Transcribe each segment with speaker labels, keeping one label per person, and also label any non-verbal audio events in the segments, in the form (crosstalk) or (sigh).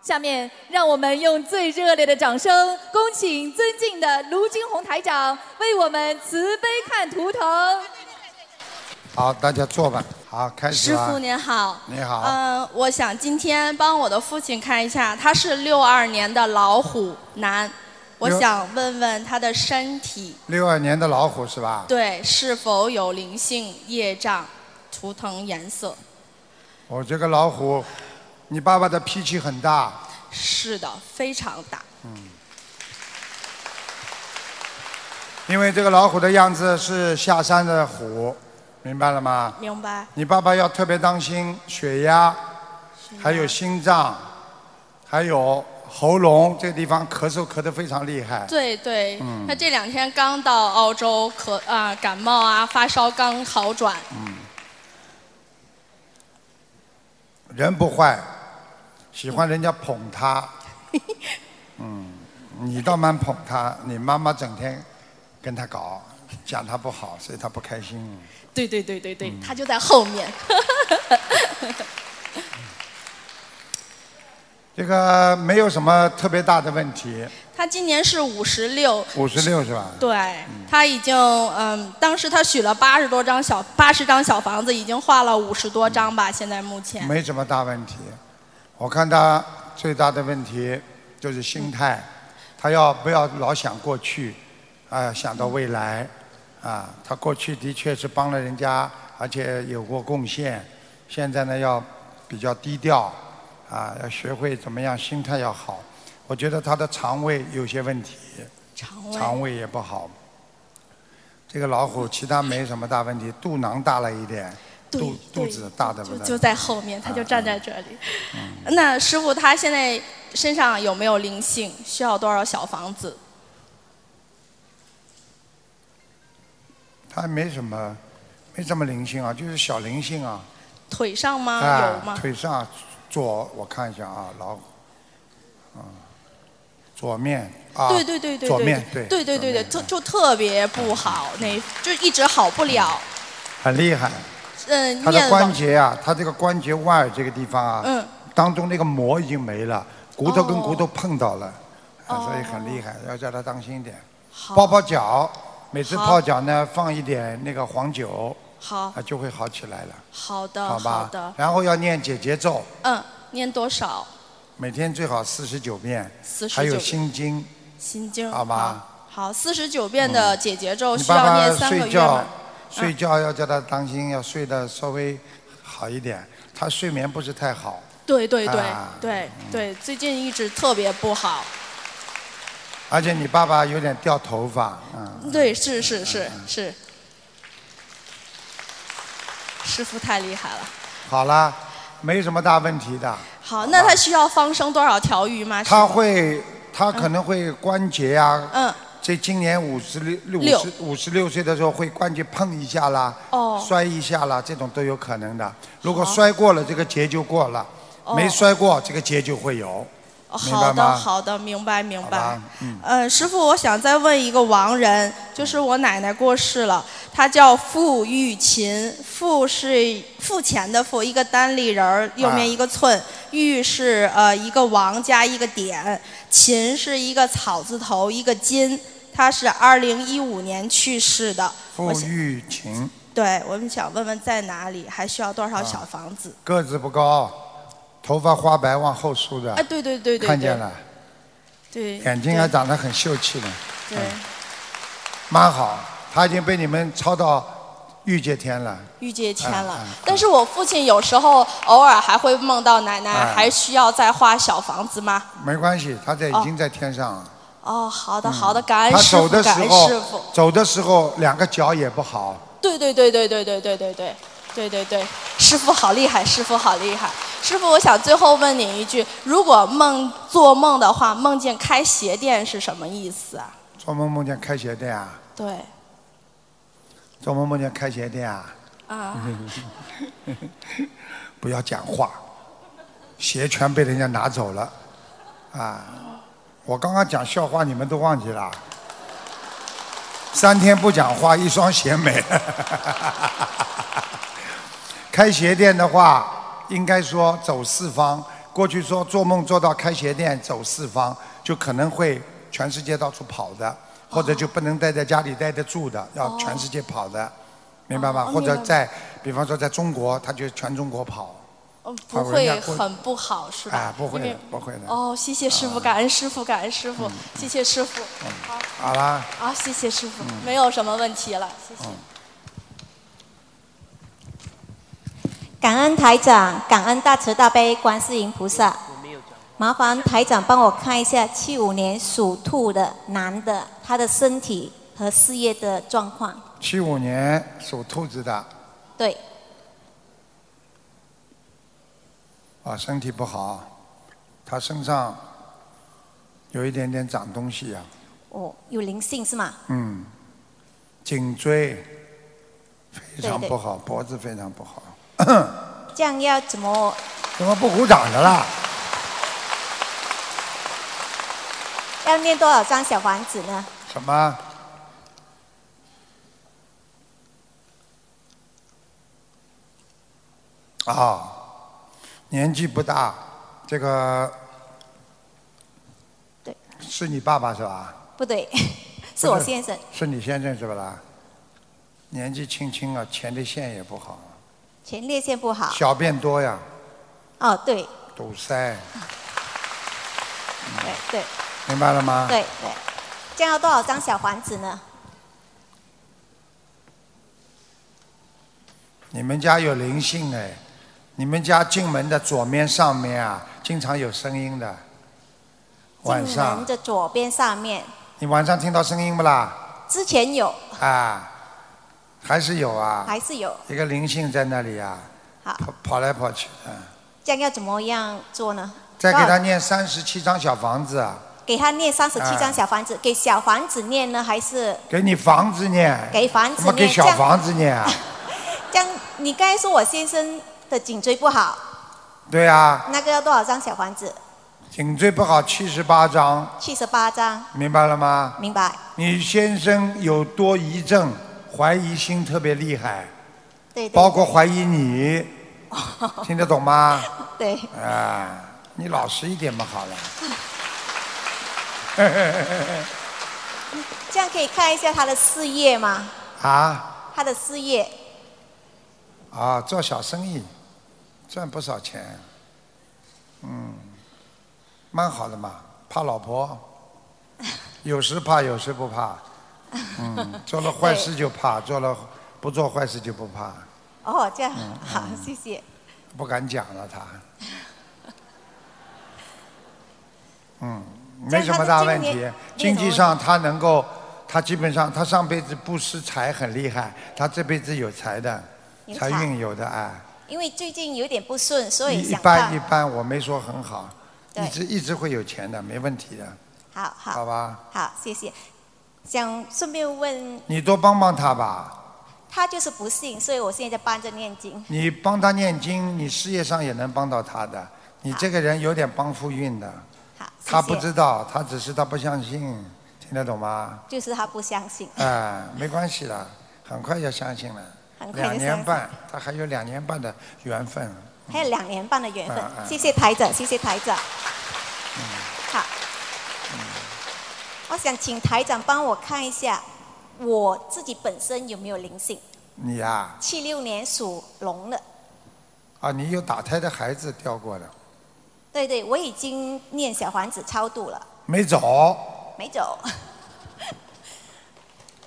Speaker 1: 下面，让我们用最热烈的掌声，恭请尊敬的卢军红台长为我们慈悲看图腾。
Speaker 2: 好，大家坐吧。好，开始
Speaker 3: 师
Speaker 2: 吧。
Speaker 3: 傅您好，
Speaker 2: 你好
Speaker 3: 嗯、我想今天帮我的父亲看一下，他是六二年的老虎男，我
Speaker 2: 哟
Speaker 3: 想问问他的身体，
Speaker 2: 六二年的老虎是吧？
Speaker 3: 对，是否有灵性、业障、图腾颜色？
Speaker 2: 我这个老虎，你爸爸的脾气很大，
Speaker 3: 是的，非常大。
Speaker 2: 因为这个老虎的样子是下山的虎，明白了吗？
Speaker 3: 明白。
Speaker 2: 你爸爸要特别当心血压，还有心脏，还有喉咙这个地方咳嗽咳得非常厉害。
Speaker 3: 对对，
Speaker 2: 嗯
Speaker 3: 他这两天刚到澳洲，可啊、感冒啊发烧刚好转，
Speaker 2: 嗯人不坏，喜欢人家捧他。嗯，你倒蛮捧他，你妈妈整天跟他搞，讲他不好，所以他不开心。
Speaker 3: 对对对对对，
Speaker 2: 嗯
Speaker 3: 他就在后面。
Speaker 2: 这个没有什么特别大的问题，
Speaker 3: 他今年是五十六，
Speaker 2: 五十六是吧？
Speaker 3: 对他已经嗯，当时他许了八十多张小八十张小房子，已经画了五十多张吧，现在目前
Speaker 2: 没什么大问题。我看他最大的问题就是心态，
Speaker 3: 嗯
Speaker 2: 他要不要老想过去，啊、想到未来，
Speaker 3: 嗯
Speaker 2: 啊，他过去的确是帮了人家，而且有过贡献，现在呢要比较低调，啊，要学会怎么样心态要好。我觉得他的肠胃有些问题，
Speaker 3: 肠
Speaker 2: 肠
Speaker 3: 胃
Speaker 2: 胃也不好。这个老虎其他没什么大问题，肚囊大了一点，
Speaker 3: 对
Speaker 2: 肚肚
Speaker 3: 对
Speaker 2: 子大的不
Speaker 3: 就
Speaker 2: 得
Speaker 3: 就
Speaker 2: 了。嗯
Speaker 3: 在后面，他就站在这里。那师傅他现在身上有没有灵性？需要多少小房子？
Speaker 2: 他没什么，没什么灵性啊，就是小灵性啊，
Speaker 3: 腿上吗？
Speaker 2: 啊
Speaker 3: 有，吗？
Speaker 2: 腿上左，我看一下啊，老虎，啊，左面啊，
Speaker 3: 对对对对
Speaker 2: 左
Speaker 3: 对
Speaker 2: 面
Speaker 3: 对
Speaker 2: 对
Speaker 3: 对对对对，
Speaker 2: 左
Speaker 3: 就
Speaker 2: 面
Speaker 3: 就特别不好，那就一直好不了。
Speaker 2: 很厉害，
Speaker 3: 嗯，
Speaker 2: 他的
Speaker 3: 念
Speaker 2: 关
Speaker 3: 往
Speaker 2: 节啊，他这个关节腕儿这个地方啊，
Speaker 3: 嗯
Speaker 2: 当中那个膜已经没了，骨头跟
Speaker 3: 哦
Speaker 2: 骨头碰到了，啊所以
Speaker 3: 哦
Speaker 2: 很厉害，要叫他当心一点，
Speaker 3: 好
Speaker 2: 泡泡脚，每次
Speaker 3: 好
Speaker 2: 泡脚呢放一点那个黄酒，
Speaker 3: 好哦
Speaker 2: 啊就会好起来了，
Speaker 3: 好的
Speaker 2: 好吧？
Speaker 3: 的，
Speaker 2: 然后要念姐姐咒。
Speaker 3: 嗯，念多少？
Speaker 2: 每天最好四十九遍，
Speaker 3: 49
Speaker 2: 还有心经。
Speaker 3: 心经
Speaker 2: 好吧？
Speaker 3: 嗯好，四十九遍的解结咒
Speaker 2: 嗯你
Speaker 3: 需
Speaker 2: 爸
Speaker 3: 要念
Speaker 2: 爸
Speaker 3: 三个
Speaker 2: 睡
Speaker 3: 月吗嗯
Speaker 2: 觉？，睡觉要叫他当心，要睡得稍微好一点。他睡眠不是太好，
Speaker 3: 对对对
Speaker 2: 啊
Speaker 3: 对对，最近一直特别不好。
Speaker 2: 而且你爸爸有点掉头发，嗯，
Speaker 3: 对，是是是是。师傅太厉害了。
Speaker 2: 好啦，没什么大问题的。
Speaker 3: 好，那他需要放生多少条鱼吗？
Speaker 2: 他
Speaker 3: 师傅
Speaker 2: 会，他可能会关节啊，
Speaker 3: 嗯，
Speaker 2: 这今年五十六、五
Speaker 3: 六
Speaker 2: 十五十六岁的时候会关节碰一下啦，
Speaker 3: 哦
Speaker 2: 摔一下啦，这种都有可能的。如果摔过了，这个节就过了；
Speaker 3: 哦
Speaker 2: 没摔过，这个节就会有。
Speaker 3: 哦
Speaker 2: 明白
Speaker 3: 好
Speaker 2: 吗
Speaker 3: 的，好的，明白明白
Speaker 2: 吧。嗯
Speaker 3: 呃，师傅，我想再问一个亡人，就是我奶奶过世了，她叫傅玉琴，傅是付钱的傅，一个单立人儿，右
Speaker 2: 啊
Speaker 3: 面一个寸，玉是呃一个王加一个点，琴是一个草字头一个金，她是二零一五年去世的。
Speaker 2: 傅
Speaker 3: 我想，
Speaker 2: 玉琴
Speaker 3: 对，我们想问问在哪里，还需要多
Speaker 2: 啊
Speaker 3: 少小房子？
Speaker 2: 个子不高，头发花白往后梳的，
Speaker 3: 哎，对对对对对，
Speaker 2: 看见了，
Speaker 3: 对，
Speaker 2: 眼睛还长得嗯很秀气呢，
Speaker 3: 对。对
Speaker 2: 蛮好。他已经被你们超到御界天了。
Speaker 3: 御界天了。
Speaker 2: 啊啊
Speaker 3: 但是我父亲有时候偶尔还会梦到奶奶，
Speaker 2: 啊
Speaker 3: 还需要再画小房子吗？
Speaker 2: 没关系，他在已
Speaker 3: 哦
Speaker 2: 经在天上了。嗯
Speaker 3: 哦，好的好的，感恩
Speaker 2: 他
Speaker 3: 师
Speaker 2: 走
Speaker 3: 傅，
Speaker 2: 的时
Speaker 3: 感恩
Speaker 2: 候
Speaker 3: 师傅。，
Speaker 2: 走的时候两个脚也不好，
Speaker 3: 对对对对对对对对对对对对，师傅好厉害，师傅好厉害。师傅，我想最后问你一句：如果梦做梦的话，梦见开鞋店是什么意思啊？
Speaker 2: 做梦梦见开鞋店啊，
Speaker 3: 对
Speaker 2: 做梦梦见开鞋店啊，
Speaker 3: 啊，
Speaker 2: (laughs) 不要讲话，鞋全被人家拿走了，啊，我刚刚讲笑话你们都忘记了，三天不讲话，一双鞋没了。 (laughs) 开鞋店的话，应该说走四方，过去说做梦做到开鞋店走四方，就可能会全世界到处跑的，或者就不能待在家里待得住的，要全世界跑的，明白吗？
Speaker 3: 哦
Speaker 2: 或者
Speaker 3: 明白
Speaker 2: 在，比方说在中国，他就全中国跑，
Speaker 3: 嗯，
Speaker 2: 好
Speaker 3: 不
Speaker 2: 人
Speaker 3: 会
Speaker 2: 家会
Speaker 3: 很不好是吧？
Speaker 2: 哎，不会
Speaker 3: 因
Speaker 2: 的
Speaker 3: 为，
Speaker 2: 不会的。
Speaker 3: 哦，谢谢师傅，感恩师傅，感恩师傅，谢谢师傅。好，
Speaker 2: 好啦，
Speaker 3: 啊，谢谢师傅，没有什么问题了，谢谢。
Speaker 4: 感恩台长，感恩大慈大悲观世音菩萨。麻烦台长帮我看一下七五年属兔的男的，他的身体和事业的状况。
Speaker 2: 七五年属兔子的
Speaker 4: 对，
Speaker 2: 啊，身体不好，他身上有一点点长东西啊，
Speaker 4: 哦，有灵性是
Speaker 2: (coughs)
Speaker 4: 吗？
Speaker 2: 嗯，颈椎非常
Speaker 4: 对对
Speaker 2: 不好，脖子非常不好，
Speaker 4: 这样要怎么？
Speaker 2: 怎么不鼓掌的啦？
Speaker 4: 要念多少张小房子呢？
Speaker 2: 什么？啊、年纪不大，这个
Speaker 4: 对，
Speaker 2: 是你爸爸是吧？
Speaker 4: 不对， (laughs) 是
Speaker 2: 不
Speaker 4: 我
Speaker 2: 是 (laughs)
Speaker 4: 先生，
Speaker 2: 是你先生是不啦？年纪轻轻啊，前列腺也不好，
Speaker 4: 前列腺不好。
Speaker 2: 小便多呀，
Speaker 4: 哦，对，
Speaker 2: 堵塞，
Speaker 4: 对对
Speaker 2: 明白了吗？
Speaker 4: 对对，这样要多少张小房子呢？
Speaker 2: 你们家有灵性哎，你们家进门的左面上面啊，经常有声音的，晚
Speaker 4: 进门
Speaker 2: 上
Speaker 4: 的左边上面，
Speaker 2: 你晚上听到声音不啦？
Speaker 4: 之前有
Speaker 2: 啊，还是有啊，
Speaker 4: 还是有，
Speaker 2: 一个灵性在那里啊，
Speaker 4: 好，
Speaker 2: 跑跑来跑去的。
Speaker 4: 这样要怎么样做呢？
Speaker 2: 再给
Speaker 4: 多少
Speaker 2: 他念三十七张小房子，
Speaker 4: 给他念三十七
Speaker 2: 啊
Speaker 4: 张小房子，给小房子念呢，还是
Speaker 2: 给你房子念，
Speaker 4: 给房
Speaker 2: 怎
Speaker 4: 子
Speaker 2: 么给
Speaker 4: 念？这
Speaker 2: 小
Speaker 4: 样
Speaker 2: 房子念啊？
Speaker 4: 这样，你刚才说我先生的颈椎不好，
Speaker 2: (laughs) 对啊，
Speaker 4: 那个要多少张小房子？
Speaker 2: 颈椎不好七十八张，
Speaker 4: 七十八张，
Speaker 2: 明白了吗？
Speaker 4: 明白？
Speaker 2: 你先生有多疑症，怀疑心特别厉害，
Speaker 4: 对对
Speaker 2: 包括怀疑你，听得懂吗？
Speaker 4: 对，
Speaker 2: 啊，你老实一点嘛，好了。
Speaker 4: 这样可以看一下他的事业吗？
Speaker 2: (laughs) 啊
Speaker 4: 他的事业
Speaker 2: 啊，做小生意，赚不少钱，嗯，蛮好的嘛。怕老婆，有时怕，有时不怕。嗯，做了坏事就怕，做了不做坏事就不怕，
Speaker 4: 哦，这样
Speaker 2: 嗯
Speaker 4: 好，谢谢。
Speaker 2: 不敢讲
Speaker 4: (laughs)
Speaker 2: 了他。嗯，
Speaker 4: 这
Speaker 2: 没
Speaker 4: 样
Speaker 2: 什
Speaker 4: 他
Speaker 2: 么
Speaker 4: 的
Speaker 2: 大
Speaker 4: 今
Speaker 2: 问
Speaker 4: 年
Speaker 2: 题
Speaker 4: 没。
Speaker 2: 经
Speaker 4: 什么
Speaker 2: 济
Speaker 4: 问
Speaker 2: 上他能够，他基本上他上辈子不施财很厉害，他这辈子有财的，
Speaker 4: 有
Speaker 2: 财
Speaker 4: 财
Speaker 2: 运有的哎。
Speaker 4: 因为最近有点不顺，所以
Speaker 2: 一一
Speaker 4: 想
Speaker 2: 般一
Speaker 4: 看。
Speaker 2: 般，我没说很好，
Speaker 4: 对
Speaker 2: 一直一直会有钱的，没问题的，
Speaker 4: 好
Speaker 2: 好
Speaker 4: 好
Speaker 2: 吧？
Speaker 4: 好，谢谢。想顺便问
Speaker 2: 你多帮帮他吧，
Speaker 4: 他就是不信，所以我现在在帮着念经。
Speaker 2: 你帮他念经，你事业上也能帮到他的。你这个人有点帮夫运的，
Speaker 4: 好，谢谢
Speaker 2: 他不知道，他只是他不相信，听得懂
Speaker 4: (laughs)
Speaker 2: 吗？
Speaker 4: 就是他不相
Speaker 2: (laughs)
Speaker 4: 信。
Speaker 2: 哎，没关系的，很快就相信了，
Speaker 4: 很快就
Speaker 2: 两
Speaker 4: 相信
Speaker 2: 年半，他还有两年半的缘分。
Speaker 4: 还有两年半的缘分
Speaker 2: 嗯嗯，嗯
Speaker 4: 谢谢台长，谢谢台长。好，我想请台长帮我看一下我自己本身有没有灵性。
Speaker 2: 你呀、
Speaker 4: 七六年属龙的，
Speaker 2: 啊，你有打胎的孩子掉过的，
Speaker 4: 对对，我已经念小房子超度了，
Speaker 2: 没走，
Speaker 4: 没走。 (laughs)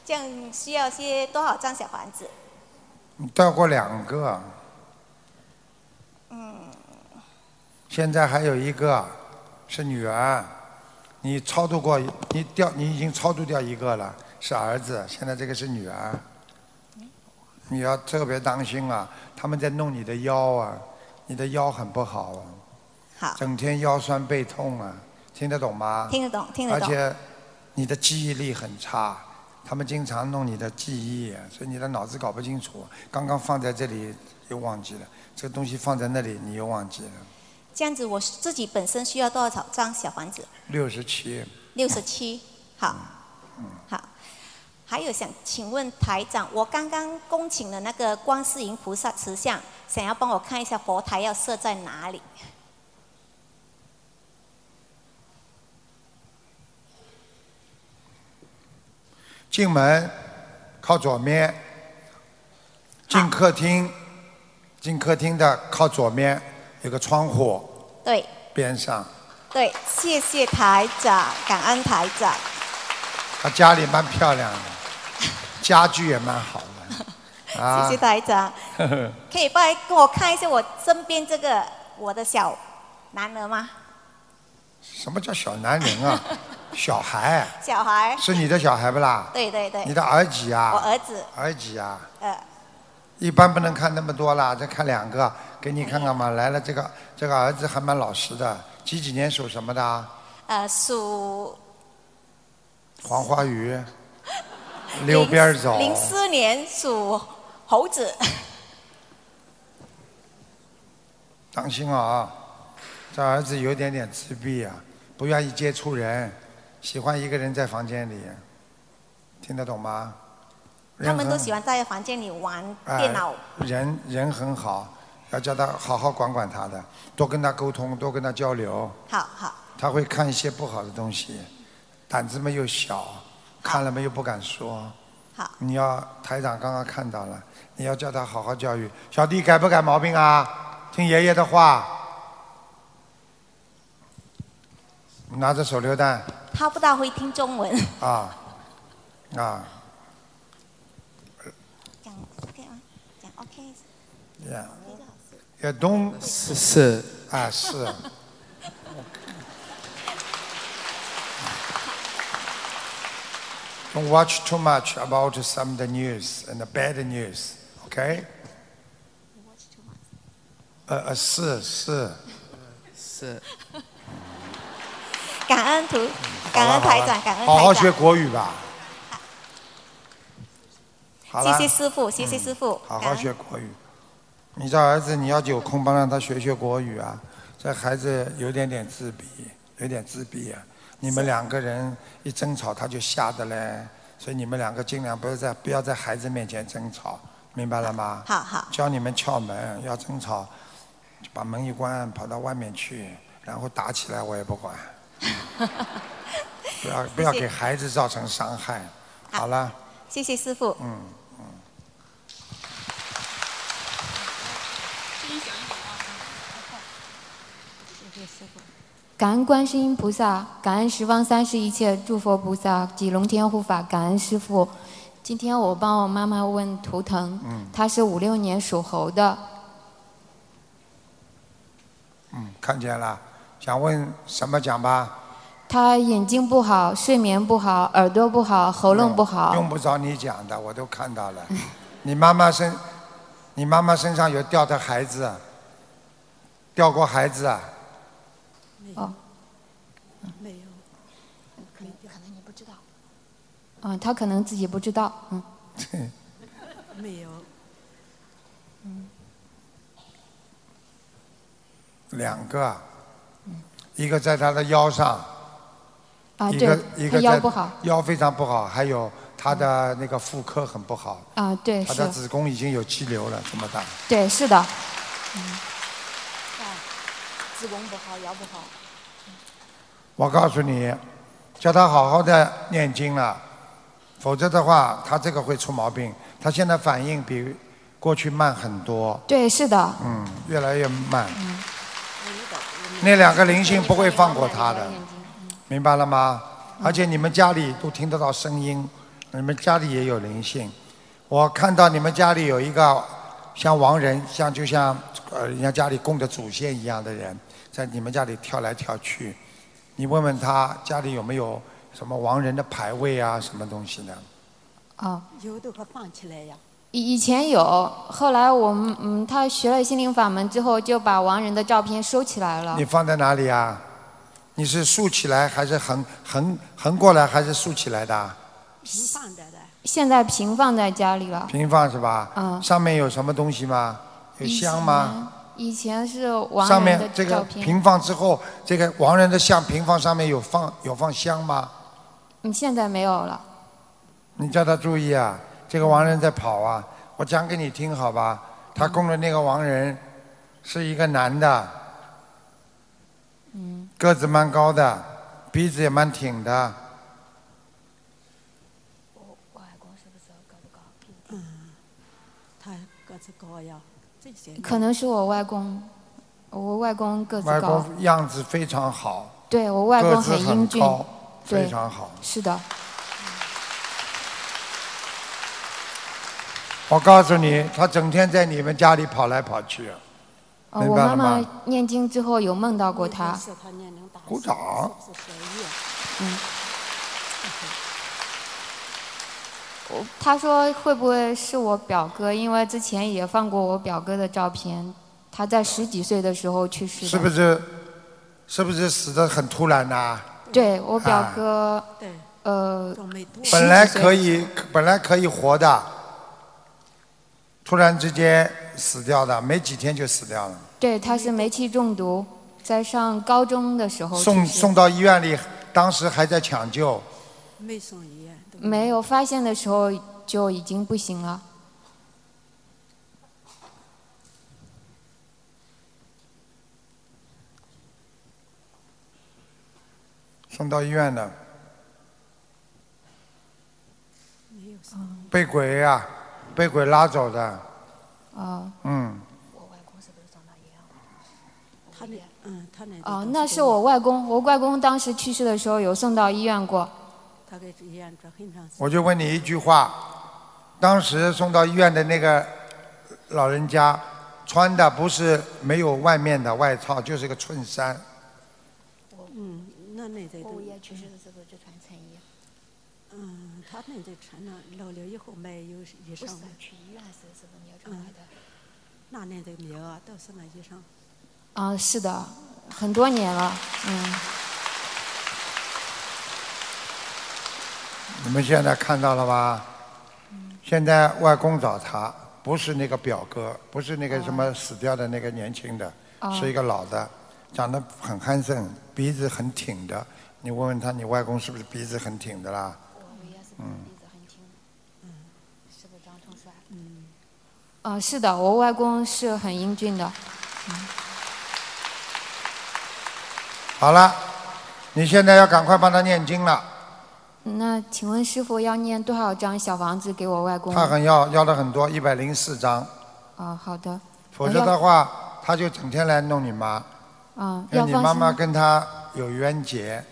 Speaker 4: 这样需要些多少张小房子？
Speaker 2: 你掉过两个，
Speaker 4: 嗯，
Speaker 2: 现在还有一个是女儿，你超度过，你掉，你已经超度掉一个了，是儿子，现在这个是女儿，你要特别当心啊，他们在弄你的腰啊，你的腰很不好啊，
Speaker 4: 好，
Speaker 2: 整天腰酸背痛啊，听得懂吗？
Speaker 4: 听得懂，听得
Speaker 2: 而
Speaker 4: 懂。
Speaker 2: 且你的记忆力很差，他们经常弄你的记忆，啊所以你的脑子搞不清楚，刚刚放在这里又忘记了，这个东西放在那里你又忘记了，
Speaker 4: 这样子，我自己本身需要多少张小房子？
Speaker 2: 六十七。
Speaker 4: 六十七，好，好。还有想请问台长，我刚刚恭请了那个观世音菩萨慈像，想要帮我看一下佛台要设在哪里？
Speaker 2: 进门靠左面，进客厅，进客厅的靠左面有个窗户
Speaker 4: 对
Speaker 2: 边上，
Speaker 4: 对，谢谢台长，感恩台长。
Speaker 2: 他家里蛮漂亮的，家具也蛮好的，啊，
Speaker 4: (laughs)
Speaker 2: (laughs)
Speaker 4: 谢谢台长，
Speaker 2: 呵呵
Speaker 4: 可以帮跟我看一下我身边这个我的小男儿吗？
Speaker 2: 什么叫小男人
Speaker 4: (laughs)
Speaker 2: 啊？小孩啊
Speaker 4: 小孩，
Speaker 2: 是你的小孩不啦？
Speaker 4: 对对对，
Speaker 2: 你的儿几啊？
Speaker 4: 我儿子，
Speaker 2: 儿几啊？
Speaker 4: 呃，
Speaker 2: 一般不能看那么多啦，再看两个，给你看看嘛。来了，这个这个儿子还蛮老实的，几几年属什么的啊？
Speaker 4: 呃，属
Speaker 2: 黄花鱼，溜边儿走。
Speaker 4: 零四年属猴子，
Speaker 2: 当心啊！这儿子有点点自闭啊，不愿意接触人，喜欢一个人在房间里，听得懂吗？
Speaker 4: 他们都
Speaker 2: 人很
Speaker 4: 喜欢在房间里玩
Speaker 2: 哎
Speaker 4: 电脑。
Speaker 2: 人人很好，要叫他好好管管他的，多跟他沟通，多跟他交流，
Speaker 4: 好好
Speaker 2: 他会看一些不好的东西，胆子嘛又小，看了嘛又不敢说。
Speaker 4: 好，
Speaker 2: 你要台长刚刚看到了，你要叫他好好教育。小弟改不改毛病啊？听爷爷的话。拿着手榴弹
Speaker 4: 他不大会听中文。 (laughs)
Speaker 2: 啊啊
Speaker 4: 讲 OK 吗？讲 OK，
Speaker 2: ，yeah，也东
Speaker 5: 是是，
Speaker 2: 啊是。Don't watch too much about some the news and the bad news, okay? Uh, 呃呃是是，
Speaker 5: 是
Speaker 4: 感恩图，
Speaker 2: 好
Speaker 4: 感
Speaker 2: 了
Speaker 4: 恩
Speaker 2: 好
Speaker 4: 台
Speaker 2: 了
Speaker 4: 长，啊感恩台长。
Speaker 2: 好好学国语吧。好了，
Speaker 4: 谢谢师傅，谢谢师傅。
Speaker 2: 好
Speaker 4: 感
Speaker 2: 好
Speaker 4: 恩
Speaker 2: 学国语。你这儿子，你要有空帮让他学学国语啊。这孩子有点点自闭，有点自闭啊。你们两个人一争吵，他就吓得嘞。所以你们两个尽量不要在不要在孩子面前争吵，明白了吗？
Speaker 4: 好好
Speaker 2: 教你们窍门，要争吵，就把门一关，跑到外面去，然后打起来，我也不
Speaker 4: (laughs)
Speaker 2: 管。不要不要给孩子造成伤害。好了，
Speaker 4: 谢谢师傅。
Speaker 2: 嗯
Speaker 6: 感恩观世音菩萨，感恩十方三世一切诸佛菩萨及龙天护法，感恩师父。今天我帮我妈妈问图腾，她是五六年属猴的，
Speaker 2: 嗯，看见了，想问什么讲吧。
Speaker 6: 她眼睛不好，睡眠不好，耳朵不好，喉咙不好，
Speaker 2: 用不着你讲的，我都看到了。你妈妈身，你妈妈身上有掉的孩子啊，掉过孩子啊？
Speaker 6: 哦嗯，她可能自己不知道，
Speaker 2: (laughs)
Speaker 6: 嗯，
Speaker 7: 没有，
Speaker 6: 嗯
Speaker 2: 两个啊，一个在她的腰上，
Speaker 6: 啊，
Speaker 2: 一个
Speaker 6: 对，
Speaker 2: 一
Speaker 6: 她
Speaker 2: 个
Speaker 6: 腰
Speaker 2: 在
Speaker 6: 不好，
Speaker 2: 腰非常不好，还有她的那个妇科很不好，
Speaker 6: 啊，对，
Speaker 2: 她
Speaker 6: 是
Speaker 2: 的，子宫已经有肌瘤了，这么大。
Speaker 6: 对，是的，
Speaker 7: 啊子宫不好，腰不好。
Speaker 2: 我告诉你，叫他好好的念经了，否则的话，他这个会出毛病。他现在反应比过去慢很多，
Speaker 6: 对，是的，嗯
Speaker 2: 嗯，越来越慢。那两个灵性不会放过他的，明白了吗？而且你们家里都听得到声音，你们家里也有灵性。我看到你们家里有一个像亡人，像就像呃人家家里供的祖先一样的人，在你们家里跳来跳去。你问问他家里有没有什么亡人的牌位啊，什么东西的？
Speaker 6: 哦，
Speaker 7: 有的话放起来呀，
Speaker 6: 以以前有，后来我们嗯，她学了心灵法门之后，就把亡人的照片收起来了
Speaker 2: 你。放在哪里啊？你是竖起来还是横横横过来还是竖起来的啊？
Speaker 7: 平放着的。
Speaker 6: 现在平放在家里了。
Speaker 2: 平放是吧？
Speaker 6: 嗯
Speaker 2: 上面有什么东西吗？有香吗？
Speaker 6: 以前？以前是亡
Speaker 2: 上面
Speaker 6: 人的
Speaker 2: 这个
Speaker 6: 照片，
Speaker 2: 平放之后，这个亡人的像平放上面有放有放香吗？
Speaker 6: 嗯，现在没有了。
Speaker 2: 你叫他注意啊，这个亡人在跑啊！我讲给你听好吧，他供的那个亡人是一个男的，
Speaker 6: 嗯
Speaker 2: 个子蛮高的，鼻子也蛮挺的，
Speaker 7: 嗯子高呀？这些
Speaker 6: 可能是我外公，我外公个子
Speaker 2: 外
Speaker 6: 高
Speaker 2: 公，样子非常好，
Speaker 6: 对我外公
Speaker 2: 个子
Speaker 6: 英
Speaker 2: 很
Speaker 6: 俊，
Speaker 2: 高，
Speaker 6: 对
Speaker 2: 非常好。
Speaker 6: 是的，
Speaker 2: 我告诉你，他整天在你们家里跑来跑去。啊
Speaker 6: 呃，
Speaker 2: 明
Speaker 6: 我
Speaker 2: 白了
Speaker 6: 妈妈
Speaker 2: 吗
Speaker 6: 念经之后有梦到过他，嗯
Speaker 7: 是他年龄大，
Speaker 2: 鼓掌！
Speaker 7: 是学业。
Speaker 6: 我他说会不会是我表哥？因为之前也放过我表哥的照片，他在十几岁的时候去世的，
Speaker 2: 是不？是？是不是死的很突然呐、
Speaker 6: 嗯对我表
Speaker 2: 啊
Speaker 6: 哥，
Speaker 7: 对，
Speaker 6: 呃，
Speaker 7: 倒没多
Speaker 6: 是
Speaker 2: 本来可以，本来可以活的，突然之间死掉的，没几天就死掉了。
Speaker 6: 对，他是煤气中毒，在上高中的时候去
Speaker 2: 送
Speaker 6: 世
Speaker 2: 送到医院里，当时还在抢救，
Speaker 7: 没送医院，都
Speaker 6: 没有发现的时候就已经不行了。
Speaker 2: 送到医院的，
Speaker 7: 没有送。
Speaker 2: 被鬼啊，被鬼拉走的。
Speaker 6: 哦、
Speaker 2: 嗯，
Speaker 7: 他那嗯，他那
Speaker 6: 哦、那是我外公，我外公当时去世的时候有送到医院过。
Speaker 7: 他给医院住很长时间。
Speaker 2: 我就问你一句话，当时送到医院的那个老人家，穿的不是没有外面的外套，就是个衬衫。
Speaker 7: 嗯，那那得都
Speaker 4: 去世的时候就穿衬衣，
Speaker 7: 嗯，他那得穿了老了以后买有衣裳，
Speaker 4: 去医院的时候你要
Speaker 7: 穿白那那得没有啊，都是那衣裳。
Speaker 6: 啊、是的，很多年了。嗯，
Speaker 2: 你们现在看到了吧？现在外公找他，不是那个表哥，不是那个什么死掉的那个年轻的，
Speaker 6: 哦
Speaker 2: 是一个老的，长得很憨生，鼻子很挺的。你问问他，你外公是不是鼻子很挺的啦？
Speaker 6: 啊、是的，我外公是很英俊的。
Speaker 2: 好了，你现在要赶快帮他念经了，
Speaker 6: 那请问师傅要念多少张小房子给我外公？
Speaker 2: 他
Speaker 6: 啊、
Speaker 2: 很要要了很多，一百零四张，
Speaker 6: 好的。
Speaker 2: 否则的话，他就整天来弄你妈。
Speaker 6: 啊、
Speaker 2: 因
Speaker 6: 要
Speaker 2: 为你妈
Speaker 6: 放
Speaker 2: 妈
Speaker 6: 生。
Speaker 2: 跟他有冤结，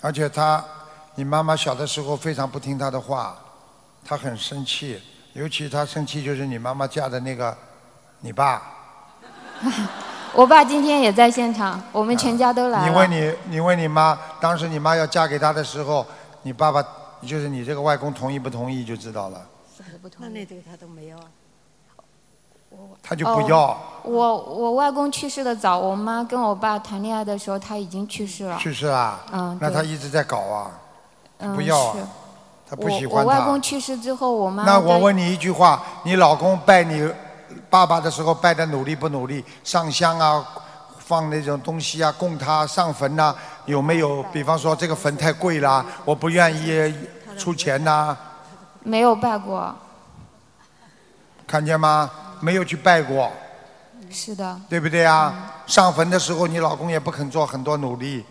Speaker 2: 而且他，你妈妈小的时候非常不听他的话，他很生气，尤其他生气就是你妈妈嫁的那个你爸。
Speaker 6: 我爸今天也在现场，我们全家都来
Speaker 2: 嗯你
Speaker 6: 了。
Speaker 2: 问你，你问你妈，当时你妈要嫁给他的时候，你爸爸就是你这个外公同意不同意就知道了，
Speaker 7: 那那对他都没有啊。
Speaker 2: 他就
Speaker 6: 哦
Speaker 2: 不要。
Speaker 6: 我我外公去世的早，我妈跟我爸谈恋爱的时候他已经去世了。
Speaker 2: 去世啦，
Speaker 6: 啊嗯
Speaker 2: 啊那
Speaker 6: 对
Speaker 2: 他一直在搞啊，
Speaker 6: 嗯，
Speaker 2: 不要啊
Speaker 6: 是
Speaker 2: 他不
Speaker 6: 我
Speaker 2: 喜
Speaker 6: 我
Speaker 2: 欢
Speaker 6: 外
Speaker 2: 他
Speaker 6: 公。去世之后，我妈
Speaker 2: 那
Speaker 6: 带
Speaker 2: 我问你一句话：你老公拜你爸爸的时候拜的努力不努力？上香啊，放那种东西啊，供他上坟呐、有没有？比方说这个坟太贵啦，我不愿意出钱呐、
Speaker 6: 没有拜过，
Speaker 2: 看见吗？没有去拜过，
Speaker 6: 是的，
Speaker 2: 对不对啊？上坟的时候，你老公也不肯做很多努力，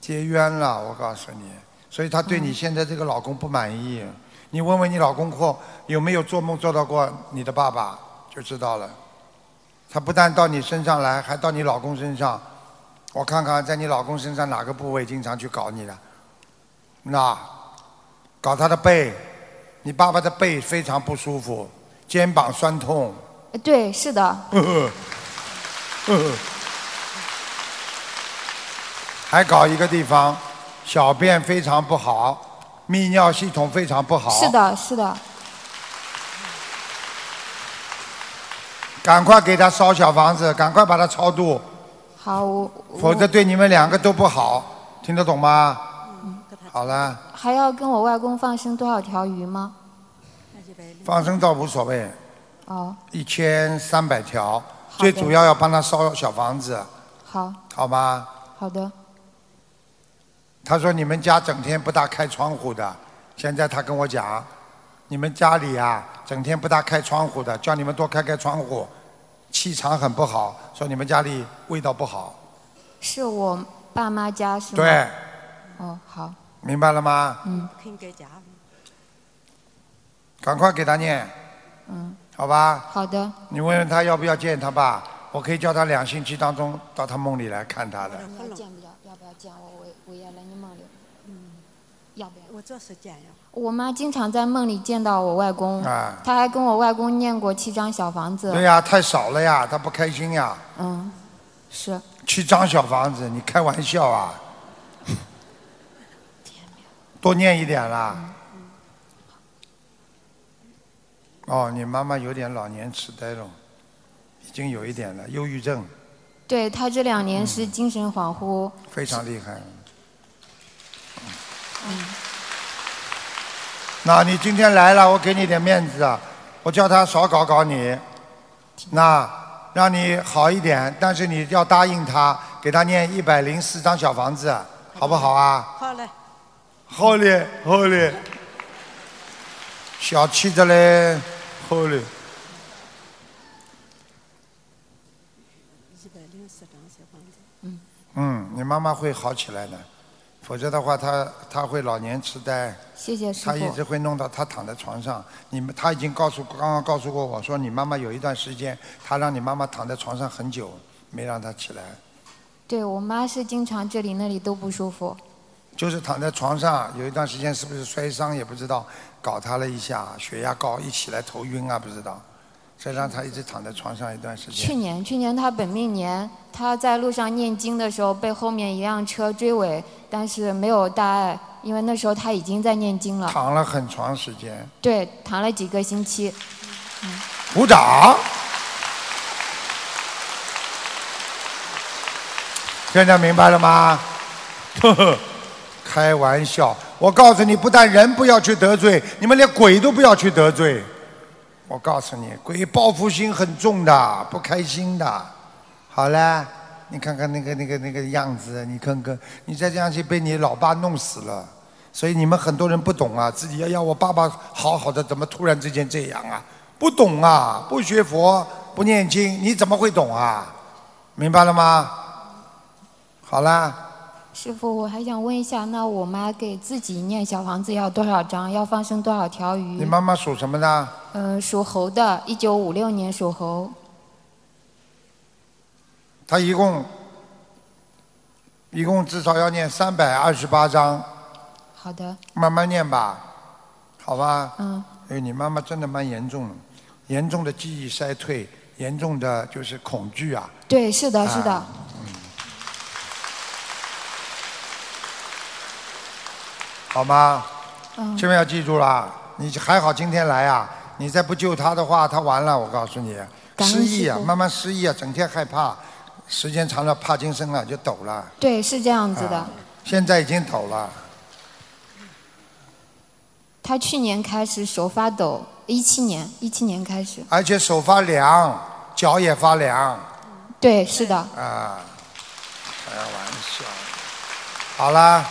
Speaker 2: 结冤了，我告诉你。所以他对你现在这个老公不满意。你问问你老公过有没有做梦做到过你的爸爸，就知道了。他不但到你身上来，还到你老公身上。我看看，在你老公身上哪个部位经常去搞你了？那，搞他的背，你爸爸的背非常不舒服，肩膀酸痛。
Speaker 6: 呃对，是的，
Speaker 2: 呵呵，呵呵， (laughs) 还搞一个地方，小便非常不好，泌尿系统非常不好。
Speaker 6: 是。的，是的，
Speaker 2: 赶快给他烧小房子，赶快把他超度，
Speaker 6: 哦好，我
Speaker 2: 否则
Speaker 6: 我
Speaker 2: 对你们两个都不好。听得懂吗？
Speaker 6: 嗯
Speaker 2: 嗯好了，
Speaker 6: 还要跟我外公放生多少条鱼吗？
Speaker 7: 那一百零
Speaker 2: 放生倒无所谓，
Speaker 6: 哦，
Speaker 2: 一千三百条，
Speaker 6: 好
Speaker 2: 最
Speaker 6: 的
Speaker 2: 主要要帮他烧小房子，
Speaker 6: 好，
Speaker 2: 好吗？
Speaker 6: 好的，
Speaker 2: 他说你们家整天不大开窗户的，现在他跟我讲，你们家里啊整天不大开窗户的，叫你们多开开窗户，气场很不好，说你们家里味道不好，
Speaker 6: 是我爸妈家是吗？。
Speaker 2: 对，
Speaker 6: 哦，好，嗯
Speaker 2: 明白了吗？
Speaker 7: 肯给家，
Speaker 2: 赶快给他念，
Speaker 6: 嗯，
Speaker 2: 好吧？
Speaker 6: 好的，
Speaker 2: 你问问他要不要见他吧，我可以叫他两星期当中到他梦里来看他的。
Speaker 6: 要见不了，要不要见我？我我也来你梦里，要不要？
Speaker 7: 嗯我就是这样。
Speaker 6: 我妈经常在梦里见到我外公，
Speaker 2: 啊
Speaker 6: 她还跟我外公念过七张小房子。
Speaker 2: 对呀、太少了呀，他不开心呀。
Speaker 6: 嗯，是
Speaker 2: 去张小房子，你开玩笑啊？多念一点啦。哦，你妈妈有点老年痴呆了，已经有一点了，忧郁症
Speaker 6: 对她这两年
Speaker 2: 嗯
Speaker 6: 是精神恍惚，
Speaker 2: 非常厉害。
Speaker 6: 嗯
Speaker 2: 那你今天来了，我给你点面子啊，我叫他少搞搞你，那让你好一点，但是你要答应他，给他念一百零四张小房子，好不好啊？
Speaker 7: 好嘞，
Speaker 2: 好嘞，好嘞，小气的嘞，好嘞。
Speaker 7: 一百零四张小房子。
Speaker 2: 嗯，你妈妈会好起来的，否则的话，她她会老年痴呆，
Speaker 6: 谢谢师
Speaker 2: 她一直
Speaker 6: 傅。
Speaker 2: 会弄到她躺在床上。你们，她已经告诉刚刚告诉过我说，你妈妈有一段时间，她让你妈妈躺在床上很久，没让她起来，
Speaker 6: 对我妈是经常这里那里都不舒服。
Speaker 2: 就是躺在床上有一段时间，是不是摔伤也不知道，搞她了一下，血压高，一起来头晕啊，不知道，这让她一直躺在床上一段时间。
Speaker 6: 去年，去年她本命年，她在路上念经的时候被后面一辆车追尾，但是没有大碍，因为那时候她已经在念经了。
Speaker 2: 躺了很长时间，
Speaker 6: 对，躺了几个星期。
Speaker 2: 鼓掌。现在明白了吗？呵呵，开玩笑，我告诉你，不但人不要去得罪，你们连鬼都不要去得罪。我告诉你，鬼报复心很重的，不开心的。好了，你看看那个那个那个样子，你看看，你再这样去被你老爸弄死了。所以你们很多人不懂啊，自己要要我爸爸好好的，怎么突然之间这样啊？不懂啊，不学佛，不念经，你怎么会懂啊？明白了吗？好啦，
Speaker 6: 师傅，我还想问一下，那我妈给自己念小房子要多少张？要放生多少条
Speaker 2: 你
Speaker 6: 鱼？
Speaker 2: 妈妈属什么的？
Speaker 6: 呃，属猴的，一九五六年属猴。
Speaker 2: 她一共一共至少要念三百二十八章，
Speaker 6: 好的，
Speaker 2: 慢慢念吧，好吧？
Speaker 6: 嗯，
Speaker 2: 哎，你妈妈真的蛮严重的，严重的记忆衰退，严重的就是恐惧啊。
Speaker 6: 对，是的，是的，
Speaker 2: 好吗？
Speaker 6: 嗯
Speaker 2: 千万要记住啦！你还好今天来啊，你再不救他的话，他完了，我告诉你，
Speaker 6: 感恩
Speaker 2: 失忆啊
Speaker 6: 师，父
Speaker 2: 慢慢失忆啊，整天害怕，时间长了帕金森了就抖了，
Speaker 6: 对，是这样子的。
Speaker 2: 现在已经抖了。
Speaker 6: 她去年开始手发抖，一七年，一七年开始。
Speaker 2: 而且手发凉，脚也发凉
Speaker 6: 对，是的，
Speaker 2: 啊！开玩笑。好啦，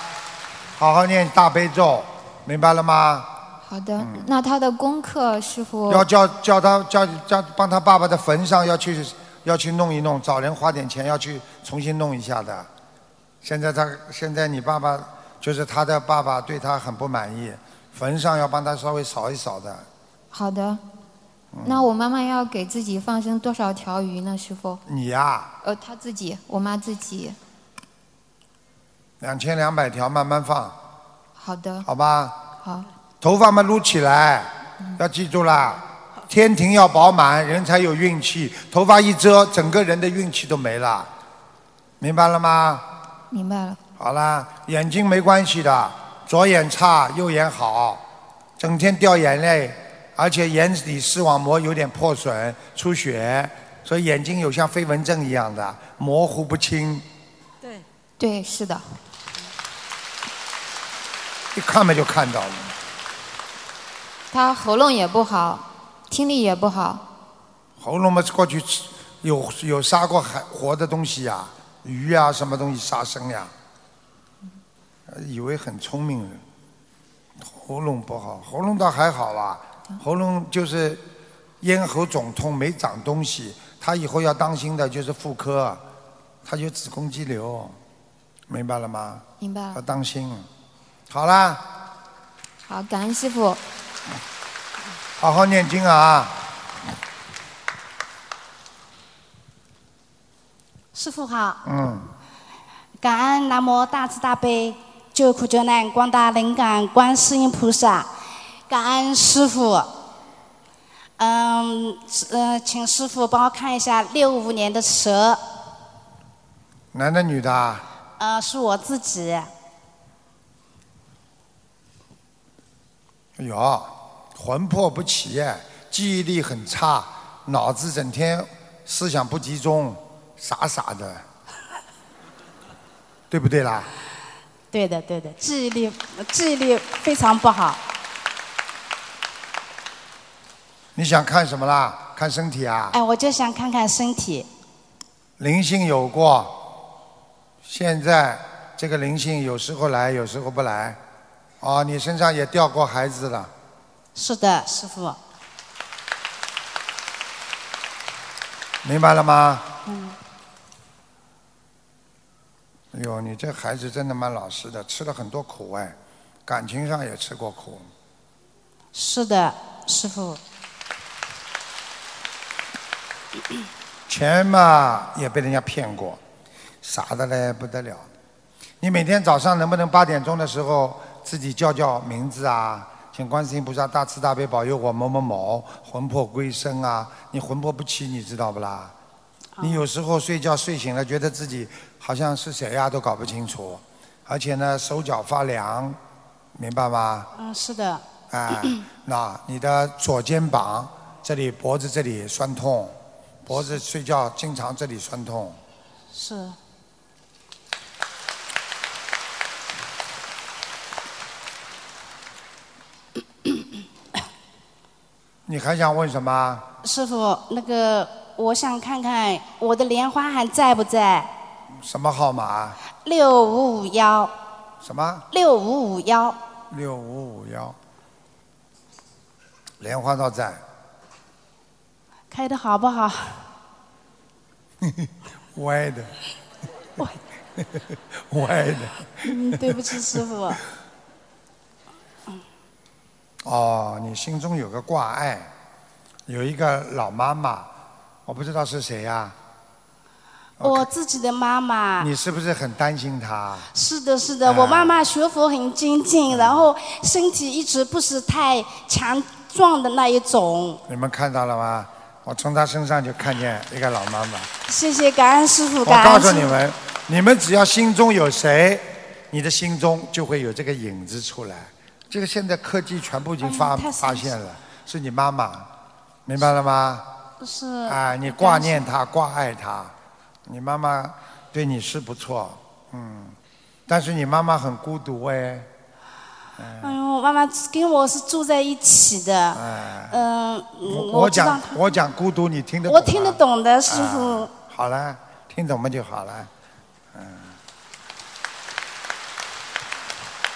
Speaker 2: 好好念大悲咒，明白了吗？
Speaker 6: 好的。嗯那她的功课，师傅
Speaker 2: 要叫叫他叫叫帮他爸爸的坟上要去要去弄一弄，找人花点钱要去重新弄一下的。现在他现在你爸爸就是他的爸爸对他很不满意，坟上要帮他稍微扫一扫的。
Speaker 6: 好的。那我妈妈要给自己放生多少条鱼呢，师傅？
Speaker 2: 你呀、
Speaker 6: 呃，她自己，我妈自己。
Speaker 2: 两千两百条慢慢放，
Speaker 6: 好的，
Speaker 2: 好吧？
Speaker 6: 好。
Speaker 2: 头发嘛撸起来，要记住啦。天庭要饱满，人才有运气。头发一遮，整个人的运气都没了，明白了吗？
Speaker 6: 明白了，
Speaker 2: 好啦，眼睛没关系的，左眼差右眼好，整天掉眼泪，而且眼底视网膜有点破损、出血，所以眼睛有像飞蚊症一样的模糊不清，
Speaker 7: 对，
Speaker 6: 对，是的，
Speaker 2: 一看嘛就看到了。
Speaker 6: 他喉咙也不好，听力也不好，
Speaker 2: 喉咙嘛，过去吃有有杀过海活的东西呀、鱼呀、什么东西杀生呀、呃以为很聪明人，喉咙不好，喉咙倒还好啦，喉咙就是咽喉肿痛，没长东西。他以后要当心的就是妇科，他有子宫肌瘤，明白了吗？
Speaker 6: 明白
Speaker 2: 要
Speaker 6: 了。
Speaker 2: 当心。好啦，
Speaker 6: 好，感恩师傅，
Speaker 2: 好好念经啊！
Speaker 8: 师傅好，
Speaker 2: 嗯，
Speaker 8: 感恩南无大慈大悲救苦救难广大灵感观世音菩萨，感恩师傅。嗯，呃，请师傅帮我看一下六五年的蛇，
Speaker 2: 男的女的啊？
Speaker 8: 呃，是我自己，
Speaker 2: 有，哎魂魄不齐，记忆力很差，脑子整天思想不集中，傻傻的， (laughs) 对不对啦？
Speaker 8: 对的，对的，记忆力记忆力非常不好，
Speaker 2: 你想看什么啦？看身体啊？
Speaker 8: 哎，我就想看看身体，
Speaker 2: 灵性有过，现在这个灵性有时候来，有时候不来。哦，你身上也掉过孩子了，
Speaker 8: 是的，师傅，
Speaker 2: 明白了吗？
Speaker 8: 嗯，
Speaker 2: 哎呦，你这孩子真的蛮老实的，吃了很多苦哎，感情上也吃过苦。
Speaker 8: 是的，师傅，
Speaker 2: 钱嘛也被人家骗过，傻的嘞不得了。你每天早上能不能八点钟的时候自己叫叫名字啊？请观世音菩萨大慈大悲保佑我某某某魂魄归生啊！你魂魄不齐，你知道不啦？你有时候睡觉睡醒了，觉得自己好像是谁呀、都搞不清楚，而且呢手脚发凉，明白吗？
Speaker 8: 嗯，是的，
Speaker 2: 哎，那你的左肩膀这里、脖子这里酸痛，脖子睡觉经常这里酸痛，
Speaker 8: 是，
Speaker 2: 你还想问什么？
Speaker 8: 师傅，那个我想看看我的莲花还在不在？
Speaker 2: 什么号码？
Speaker 8: 六五五幺，
Speaker 2: 什么？
Speaker 8: 六五五幺，
Speaker 2: 六五五幺。莲花道在，
Speaker 8: 开的好不好？
Speaker 2: 歪的， (laughs) 歪的。
Speaker 8: 嗯，对不起，
Speaker 2: (laughs)
Speaker 8: 师傅。
Speaker 2: 哦，你心中有个挂碍，有一个老妈妈，我不知道是谁呀、
Speaker 8: 我自己的妈妈，
Speaker 2: 你啊是不是很担心她？
Speaker 8: 是的，是的，我妈妈学佛很精
Speaker 2: 嗯
Speaker 8: 进，然后身体一直不是太强壮的那一种。
Speaker 2: 你们看到了吗？我从她身上就看见一个老妈妈。
Speaker 8: 谢谢感恩师傅，
Speaker 2: 我
Speaker 8: 感
Speaker 2: 告
Speaker 8: 恩师
Speaker 2: 诉
Speaker 8: 傅
Speaker 2: 你们，你们只要心中有谁，你的心中就会有这个影子出来。这个现在科技全部已经
Speaker 8: 哎
Speaker 2: 发、发现了，是你妈妈，明白了吗？
Speaker 8: 是
Speaker 2: 啊，你挂念她，挂碍她，你妈妈对你是不错，嗯，但是你妈妈很孤独哎，
Speaker 8: 哎呦，妈妈跟我是住在一起的，
Speaker 2: 哎，
Speaker 8: 嗯、
Speaker 2: 我
Speaker 8: 我知道
Speaker 2: 讲我讲孤独，你听得懂
Speaker 8: 我
Speaker 2: 吗？
Speaker 8: 听得懂的，师傅。
Speaker 2: 好了，听懂了就好了。哎嗯，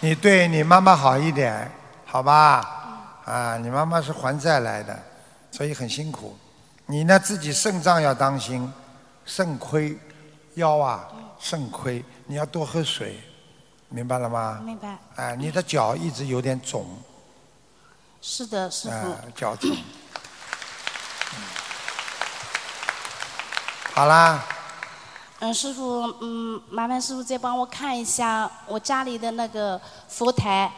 Speaker 2: 你对你妈妈好一点，好吧？啊，你妈妈是还债来的，所以很辛苦。你呢，自己肾脏要当心，肾亏，腰啊肾亏，你要多喝水，明白了吗？
Speaker 8: 明白。
Speaker 2: 啊，你的脚一直有点肿，
Speaker 8: 是的，师傅。
Speaker 2: 啊，脚肿。嗯好啦，
Speaker 8: 嗯，师傅，嗯，麻烦师傅再帮我看一下我家里的那个佛台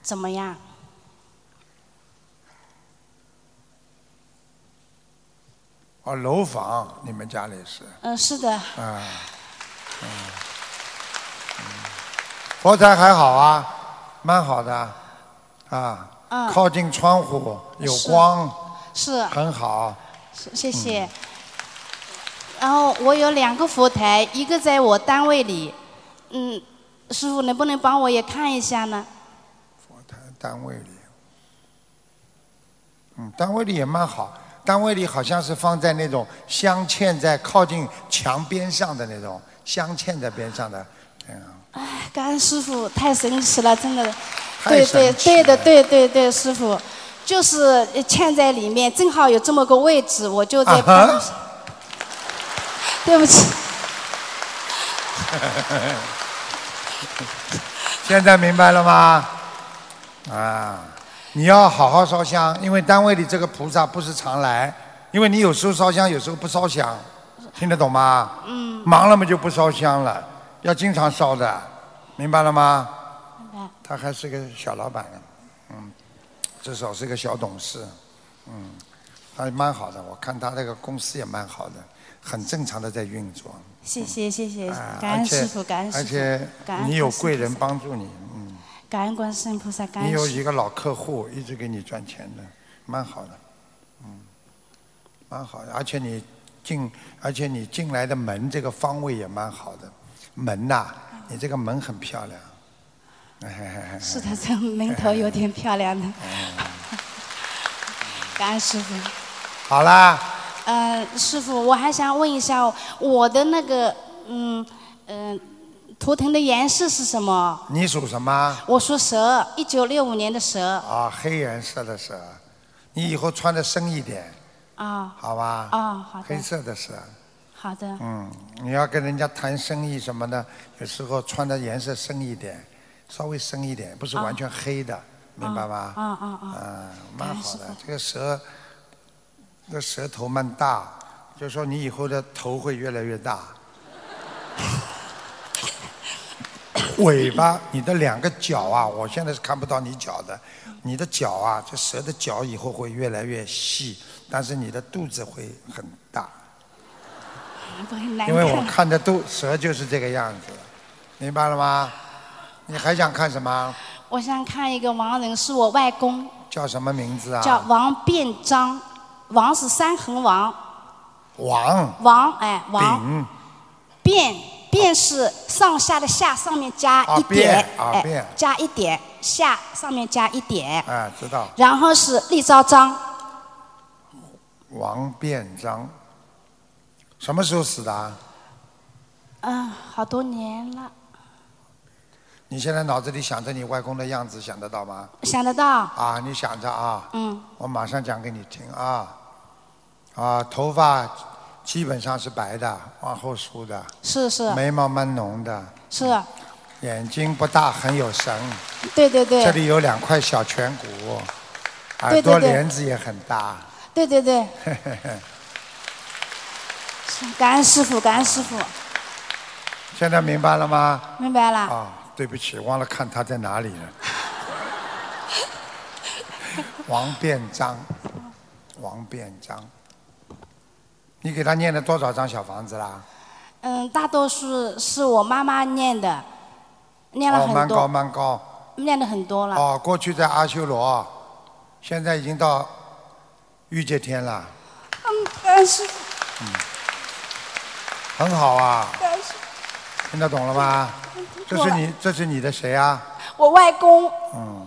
Speaker 8: 怎么样？
Speaker 2: 哦，楼房，你们家里是
Speaker 8: 嗯，是的，
Speaker 2: 啊，嗯，嗯佛台还好啊，蛮好的，啊，
Speaker 8: 嗯
Speaker 2: 靠近窗户有
Speaker 8: 是
Speaker 2: 光，
Speaker 8: 是，
Speaker 2: 很好，
Speaker 8: 是谢
Speaker 2: 嗯
Speaker 8: 谢。然后我有两个佛台，一个在我单位里，嗯，师傅能不能帮我也看一下呢？
Speaker 2: 单位里，嗯，单位里也蛮好。单位里好像是放在那种镶嵌在靠近墙边上的那种镶嵌在边上的，
Speaker 8: 哎感恩师傅，太神奇了，真的。
Speaker 2: 太
Speaker 8: 对
Speaker 2: 神
Speaker 8: 对
Speaker 2: 奇
Speaker 8: 对的，
Speaker 2: 了
Speaker 8: 对对对，师傅，就是嵌在里面，正好有这么个位置，我就在
Speaker 2: 啊
Speaker 8: 看。
Speaker 2: 哈
Speaker 8: (laughs) 对不起，
Speaker 2: 现在明白了吗？啊，你要好好烧香，因为单位里这个菩萨不是常来，因为你有时候烧香，有时候不烧香，听得懂吗？
Speaker 8: 嗯，
Speaker 2: 忙了嘛就不烧香了，要经常烧的，明白了吗？
Speaker 8: 明白。
Speaker 2: 他还是个小老板呢，嗯，至少是个小董事，嗯，他蛮好的，我看他这个公司也蛮好的，很正常的在运作，
Speaker 8: 谢谢谢谢，
Speaker 2: 啊
Speaker 8: 感恩师傅，感恩
Speaker 2: 而
Speaker 8: 师
Speaker 2: 且
Speaker 8: 傅，感
Speaker 2: 而且
Speaker 8: 恩
Speaker 2: 你有
Speaker 8: 观世
Speaker 2: 贵
Speaker 8: 音
Speaker 2: 人
Speaker 8: 菩萨，
Speaker 2: 帮助你，嗯，
Speaker 8: 感恩观世音菩萨，感
Speaker 2: 你
Speaker 8: 恩
Speaker 2: 有
Speaker 8: 师
Speaker 2: 一个
Speaker 8: (laughs)
Speaker 2: 老客户一直给你赚钱的，蛮好的，嗯，蛮好的，而且你进，而且你进来的门这个方位也蛮好的，门呐、你这个门很漂亮， (laughs)
Speaker 8: 是的，这名头有点漂亮 (laughs) 的，感恩师傅。
Speaker 2: 好啦，
Speaker 8: 呃，师傅，我还想问一下，我的那个，嗯嗯、图腾的颜色是什么？
Speaker 2: 你属什么？
Speaker 8: 我属蛇，一九六五年的蛇
Speaker 2: 啊，黑颜色的蛇，你以后穿的深一点，
Speaker 8: 啊
Speaker 2: 好吧？
Speaker 8: 啊，好
Speaker 2: 黑
Speaker 8: 的，
Speaker 2: 色的蛇，
Speaker 8: 好的，
Speaker 2: 嗯，你要跟人家谈生意什么的，有时候穿的颜色深一点，稍微深一点，不是完全黑的，明白吗？
Speaker 8: 啊啊啊，
Speaker 2: 嗯，蛮好的
Speaker 8: 感恩师。
Speaker 2: 这个蛇，这个蛇头蛮大，就说你以后的头会越来越大，
Speaker 8: (laughs)
Speaker 2: 尾巴，你的两个脚啊，我现在是看不到你脚的，你的脚啊，这蛇的脚以后会越来越细，但是你的肚子会很大，
Speaker 8: 不会难
Speaker 2: 因为我
Speaker 8: 看。
Speaker 2: 看的肚蛇就是这个样子，明白了吗？你还想看什么？
Speaker 8: 我想看一个亡人，是我外公，
Speaker 2: 叫什么名字
Speaker 8: 叫
Speaker 2: 啊？
Speaker 8: 王变章，王是三横王，
Speaker 2: 王嗯
Speaker 8: 王哎王
Speaker 2: 鼎。
Speaker 8: 变变是上下的下，上面加
Speaker 2: 啊
Speaker 8: 一点，
Speaker 2: 变啊变
Speaker 8: 哎加一点下，上面加一点，
Speaker 2: 啊，知道
Speaker 8: 然后是立昭章。
Speaker 2: 王变章，什么时候死的啊？
Speaker 8: 嗯，好多年了，
Speaker 2: 你现在脑子里想着你外公的样子，想得到吗？
Speaker 8: 想得到。
Speaker 2: 啊，你想着啊，
Speaker 8: 嗯，
Speaker 2: 我马上讲给你听啊。啊，头发基本上是白的，往后梳的，
Speaker 8: 是是
Speaker 2: 眉毛蛮浓的，
Speaker 8: 是，
Speaker 2: 眼睛不大，很有神，
Speaker 8: 对对
Speaker 2: 这
Speaker 8: 对，
Speaker 2: 里有两块小颧骨，耳
Speaker 8: 对对
Speaker 2: 朵
Speaker 8: 对
Speaker 2: 帘子也很大。 (laughs)
Speaker 8: 对对对。是感恩师傅，感恩师傅，
Speaker 2: 现在明白了吗？
Speaker 8: 明白了。
Speaker 2: 啊，对不起，忘了看他在哪里
Speaker 8: (laughs)
Speaker 2: 了。王变章，王变章，你给他念了多少张小房子啦？
Speaker 8: 嗯，大多数是我妈妈念的，念了
Speaker 2: 哦，
Speaker 8: 很
Speaker 2: 蛮高
Speaker 8: 多，嗯
Speaker 2: 蛮高。
Speaker 8: 念了很多了。
Speaker 2: 哦，过去在阿修罗，现在已经到御界天了，
Speaker 8: 嗯，感恩师傅，
Speaker 2: 很好啊，
Speaker 8: 感恩师傅，
Speaker 2: 听得懂了吗？这是你，这是你的谁啊？
Speaker 8: 我外公，
Speaker 2: 嗯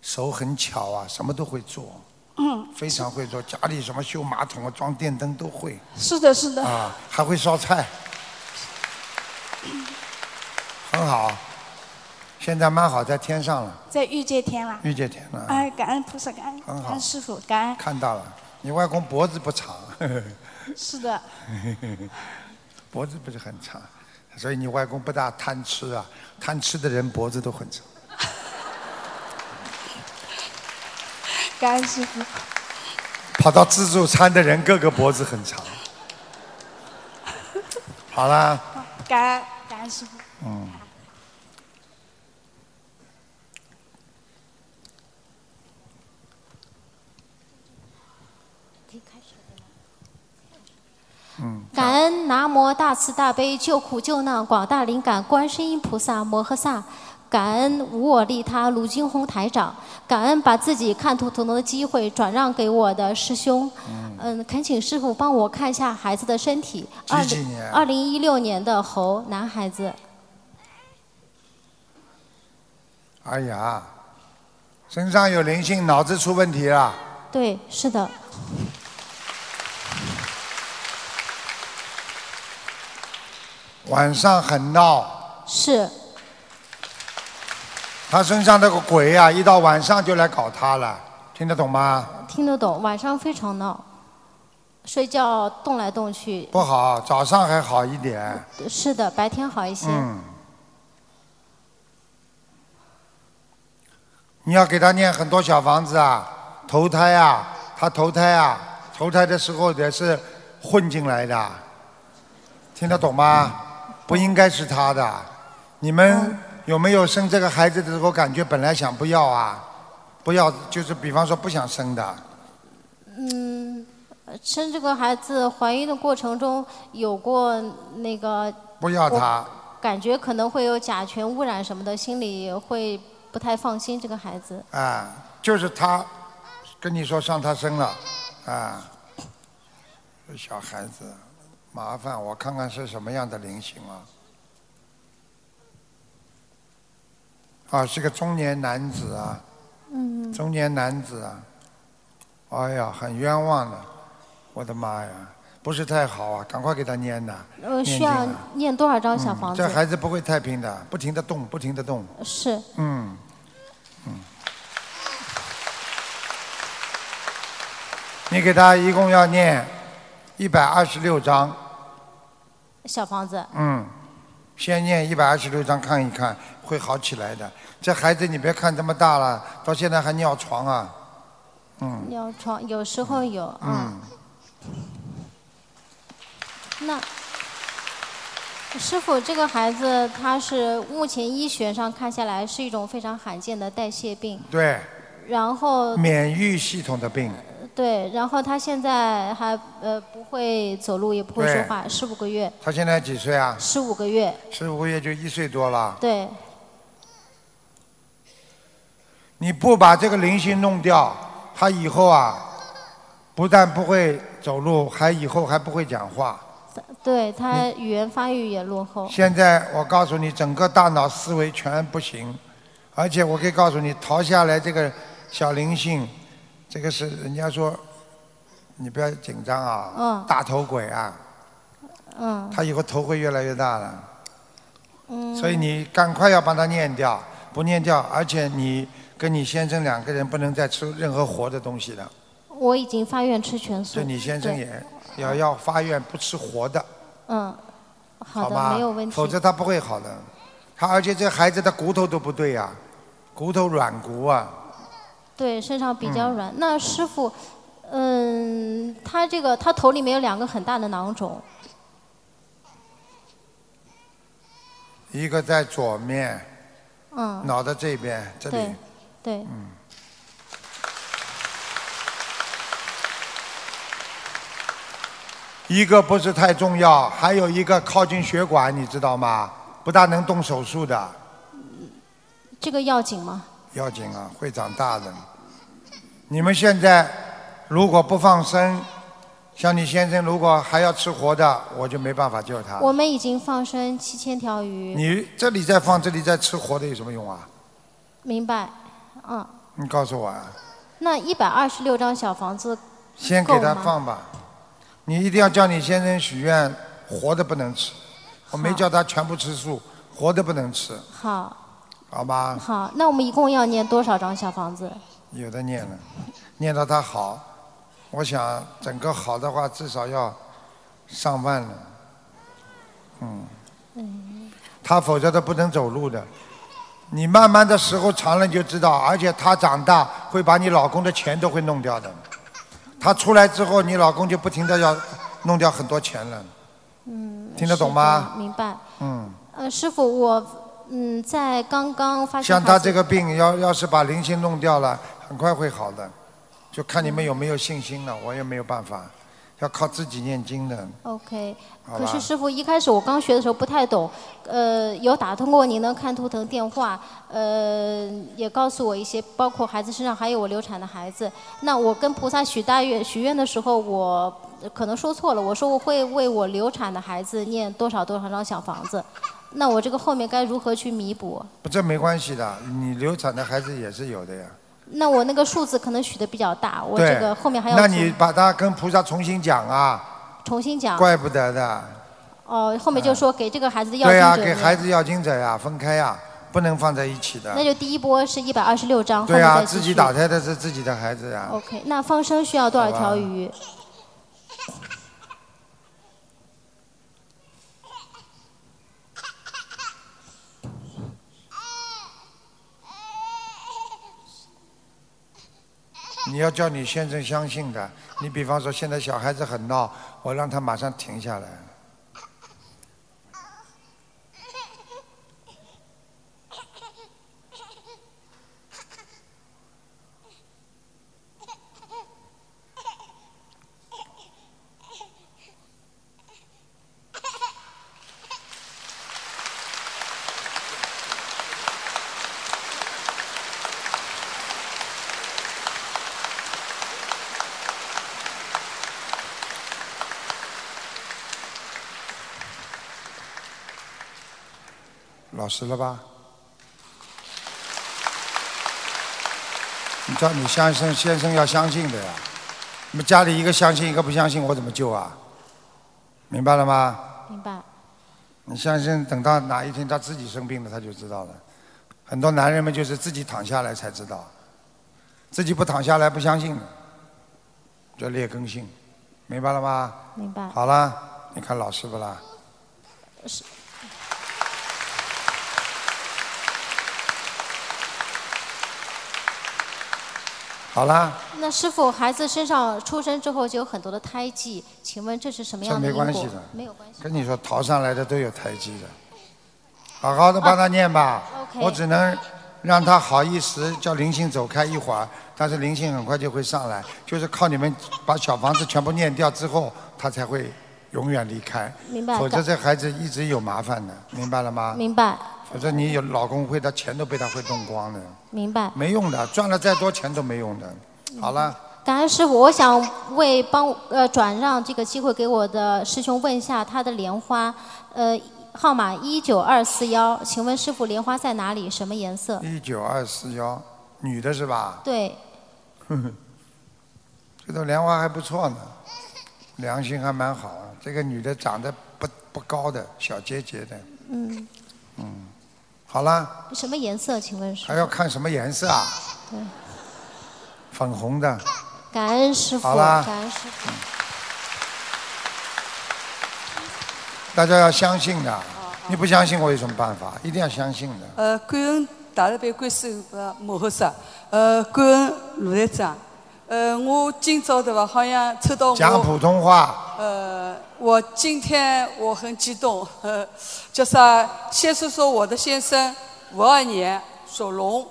Speaker 2: 手很巧啊，什么都会做，
Speaker 8: 嗯，
Speaker 2: 非常会做，家里什么修马桶啊、装电灯都会。
Speaker 8: 是的，是的，
Speaker 2: 啊，还会烧菜，很好。现在蛮好，在天上了，
Speaker 8: (coughs) 在御界天了。
Speaker 2: 遇见天了，
Speaker 8: 哎，感恩菩萨，感恩
Speaker 2: 啊很好
Speaker 8: 感恩师傅，感恩
Speaker 2: 看到了。你外公脖子不长， (laughs)
Speaker 8: 是的，
Speaker 2: 脖子不是很长，所以你外公不大贪吃啊。贪吃的人脖子都很长。
Speaker 8: 感恩师傅，
Speaker 2: 跑到自助餐的人，个个脖子很长。好啦，嗯
Speaker 8: 感恩感恩师傅。
Speaker 9: 感恩南无大慈大悲救苦救难广大灵感观世音菩萨摩诃萨，感恩无我利他卢金红台长，感恩把自己看图腾的机会转让给我的师兄。嗯，恳请师傅帮我看一下孩子的身体。二
Speaker 2: (laughs) 几几
Speaker 9: 零
Speaker 2: 年
Speaker 9: 二零一六年的猴男孩子，
Speaker 2: 哎呀，身上有灵性，脑子出问题了。
Speaker 9: 对，是的，
Speaker 2: 晚上很闹，
Speaker 9: 是
Speaker 2: 他身上那个鬼呀、一到晚上就来搞他了，听得懂吗？
Speaker 9: 听得懂，晚上非常闹，睡觉动来动去。
Speaker 2: 不好，早上还好一点。
Speaker 9: 是的，白天好一些。
Speaker 2: 嗯，你要给他念很多小房子啊，投胎啊，他投胎啊，投胎的时候也是混进来的，啊听得懂吗？不应该是他的。啊你们有没有生这个孩子的时候感觉本来想不要啊？不要就是比方说不想生的，
Speaker 9: 嗯，呃生这个孩子怀孕的过程中有过那个
Speaker 2: 不要他。
Speaker 9: 感觉，可能会有甲醛污染什么的，心里会不太放心这个孩子。
Speaker 2: 啊，就是他跟你说上他身了，啊，这小孩子，麻烦我看看是什么样的菱形啊。啊，是个中年男子啊，
Speaker 9: 嗯
Speaker 2: 中年男子啊，哎呀，很冤枉的，啊我的妈呀，不是太好啊，赶快给他念呐、
Speaker 9: 呃，
Speaker 2: 念
Speaker 9: 需
Speaker 2: 经
Speaker 9: 要
Speaker 2: 啊
Speaker 9: 念多少张小
Speaker 2: 嗯
Speaker 9: 房子？
Speaker 2: 这孩子不会太平的，不停的动，不停的动，
Speaker 9: 是
Speaker 2: 嗯，嗯，你给他一共要念一百二十六章，
Speaker 9: 小房子。
Speaker 2: 嗯，先念一百二十六章看一看，会好起来的。这孩子你别看这么大了，到现在还尿床啊，嗯
Speaker 9: 尿床有时候有啊。
Speaker 2: 嗯，
Speaker 9: 那师傅，这个孩子他是目前医学上看下来是一种非常罕见的代谢病，
Speaker 2: 对，
Speaker 9: 然后
Speaker 2: 免疫系统的病，
Speaker 9: 对，然后他现在还呃不会走路，也不会说
Speaker 2: 对
Speaker 9: 话，十五个月，
Speaker 2: 他现在几岁啊？
Speaker 9: 十五个月，
Speaker 2: 十五个月就一岁多了。
Speaker 9: 对，
Speaker 2: 你不把这个灵性弄掉，他以后啊，不但不会走路，还以后还不会讲话。
Speaker 9: 对他语言发育也落后。
Speaker 2: 现在我告诉你，整个大脑思维全不行，而且我可以告诉你，逃下来这个小灵性，这个是人家说，你不要紧张啊，
Speaker 9: 嗯
Speaker 2: 大头鬼啊，
Speaker 9: 嗯
Speaker 2: 他以后头会越来越大的，
Speaker 9: 嗯。
Speaker 2: 所以你赶快要把它念掉，不念掉，而且你跟你先生两个人不能再吃任何活的东西了。
Speaker 9: 我已经发愿吃全素。
Speaker 2: 对你先生
Speaker 9: 对
Speaker 2: 也要要发愿不吃活的，
Speaker 9: 嗯，好的，
Speaker 2: 吧
Speaker 9: 没有问？题。
Speaker 2: 否则他不会好的。他而且这孩子的骨头都不对呀、骨头软骨啊，
Speaker 9: 对身上比
Speaker 2: 嗯
Speaker 9: 较软。那师傅，嗯，他这个他头里面有两个很大的囊肿，
Speaker 2: 一个在左面，
Speaker 9: 嗯，
Speaker 2: 脑袋这边这里嗯
Speaker 9: 对，对，
Speaker 2: 一个不是太重要，还有一个靠近血管，你知道吗？不大能动手术的，
Speaker 9: 这个要紧吗？
Speaker 2: 要紧啊，会长大的。你们现在如果不放生，像你先生如果还要吃活的，我就没办法救他。
Speaker 9: 我们已经放生七千条鱼，
Speaker 2: 啊你这里再放，这里再吃活的有什么用啊？
Speaker 9: 明白？嗯，
Speaker 2: 你告诉我啊，
Speaker 9: 那一百二十六张小房子，
Speaker 2: 先给
Speaker 9: 够
Speaker 2: 他
Speaker 9: 吗
Speaker 2: 放吧。你一定要叫你先生许愿，活的不能吃。我没叫他全部吃素，活的不能吃，
Speaker 9: 好，
Speaker 2: 好吧？
Speaker 9: 好，那我们一共要念多少张小房子？
Speaker 2: 有的念了，念到他好，我想整个好的话至少要上万了。嗯，
Speaker 9: 嗯，
Speaker 2: 他否则他不能走路的。你慢慢的时候长了你就知道，而且他长大会把你老公的钱都会弄掉的。他出来之后，你老公就不停的要弄掉很多钱了。
Speaker 9: 嗯，
Speaker 2: 听得懂
Speaker 9: 是
Speaker 2: 吗
Speaker 9: 的明白。
Speaker 2: 嗯，
Speaker 9: 呃，师傅，我嗯，在刚刚发现
Speaker 2: 像他
Speaker 9: 孩子
Speaker 2: 这个病，要要是把灵性弄掉了，很快会好的，就看你们有没有信心了。我也没有办法，要靠自己念经的。
Speaker 9: OK，
Speaker 2: 好
Speaker 9: 可
Speaker 2: 吧
Speaker 9: 是师傅一开始我刚学的时候不太懂，呃，有打通过您的看图腾电话，呃，也告诉我一些，包括孩子身上还有我流产的孩子。那我跟菩萨许大愿许愿的时候，我呃可能说错了，我说我会为我流产的孩子念多少多少张小房子，那我这个后面该如何去弥补？
Speaker 2: 这没关系的，你流产的孩子也是有的呀。
Speaker 9: 那我那个数字可能许的比较大，我
Speaker 2: 对
Speaker 9: 这个后面还要
Speaker 2: 那
Speaker 9: 重
Speaker 2: 你把它跟菩萨重新讲啊，
Speaker 9: 重新讲。
Speaker 2: 怪不得的。
Speaker 9: 哦，后面就说给这个孩子的要
Speaker 2: 对
Speaker 9: 经
Speaker 2: 呀、
Speaker 9: 者
Speaker 2: 给
Speaker 9: 念
Speaker 2: 孩子要经者呀、分开呀、不能放在一起的
Speaker 9: 那。就第一波是一百二十六张，
Speaker 2: 对
Speaker 9: 呀、
Speaker 2: 呀、自己打。胎的是自己的孩子呀、
Speaker 9: OK，那放生需要多少
Speaker 2: 好吧
Speaker 9: 条鱼？
Speaker 2: 你要叫你先生相信的。你比方说，现在小孩子很闹，我让他马上停下来。老实了吧？你叫你先生先生要相信的呀。你们家里一个相信一个不相信，我怎么救啊？明白了吗？
Speaker 9: 明白。
Speaker 2: 你相信等到哪一天他自己生病了，他就知道了。很多男人们就是自己躺下来才知道，自己不躺下来不相信，叫劣根性，明白了吗？
Speaker 9: 明白。
Speaker 2: 好啦，你看老实不啦？
Speaker 9: 啊是
Speaker 2: 好啦，
Speaker 9: 那师傅，孩子身上出生之后就有很多的胎记，请问这是什么
Speaker 2: 这
Speaker 9: 样的
Speaker 2: 没
Speaker 9: 因果？
Speaker 2: 关系的，
Speaker 9: 没有关系。
Speaker 2: 跟你说，逃上来的都有胎记的，好好的帮他念吧。
Speaker 9: OK
Speaker 2: 我只能让他好一时，叫灵性走开一会儿，但是灵性很快就会上来，就是靠你们把小房子全部念掉之后，他才会永远离开。
Speaker 9: 明白
Speaker 2: 否则
Speaker 9: 感
Speaker 2: 这孩子一直有麻烦的，明白了吗？
Speaker 9: 明白，
Speaker 2: 否则你有老公会，他钱都被他会弄光的，
Speaker 9: 明白。
Speaker 2: 没用的，赚了再多钱都没用的。好了。
Speaker 9: 感恩师傅，我想为帮呃转让这个机会给我的师兄问一下他的莲花，呃号码一九二四幺，请问师傅莲花在哪里？什么颜色？
Speaker 2: 一九二四幺，女的是吧？ (laughs)
Speaker 9: 对，
Speaker 2: 这朵莲花还不错呢，良心还蛮好啊。这个女的长得不不高的，小结节的。
Speaker 9: 嗯，
Speaker 2: 嗯，好啦，
Speaker 9: 什么颜色？请问师傅
Speaker 2: 还要看什么颜色啊？
Speaker 9: 对
Speaker 2: 粉红的。
Speaker 9: 感恩师傅，
Speaker 2: 好啦
Speaker 9: 感恩师傅。
Speaker 2: 大家要相信的，你不相信我有什么办法？一定要相信的。
Speaker 10: 呃，感恩大慈悲观世音菩萨摩诃萨，呃，感恩卢台长。呃，我今朝对伐？好像抽到我。
Speaker 2: 讲普通话，
Speaker 10: 呃，我今天我很激动，呃，就是啊先是说我的先生五二年属龙，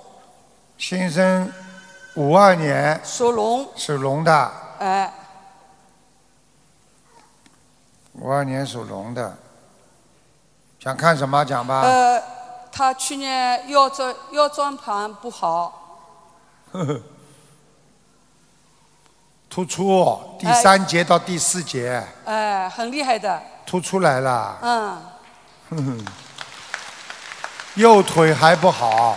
Speaker 2: 新生五二年
Speaker 10: 属龙，
Speaker 2: 属龙的，
Speaker 10: 哎、
Speaker 2: 五二年属龙的，想看什么讲吧。
Speaker 10: 呃，他去年腰椎腰椎盘不好，
Speaker 2: 呵呵， (laughs) 突出哦第三节到第四节
Speaker 10: 哎、很厉害的，
Speaker 2: 突出来了， (laughs)
Speaker 10: 嗯，
Speaker 2: 呵呵右腿还不好，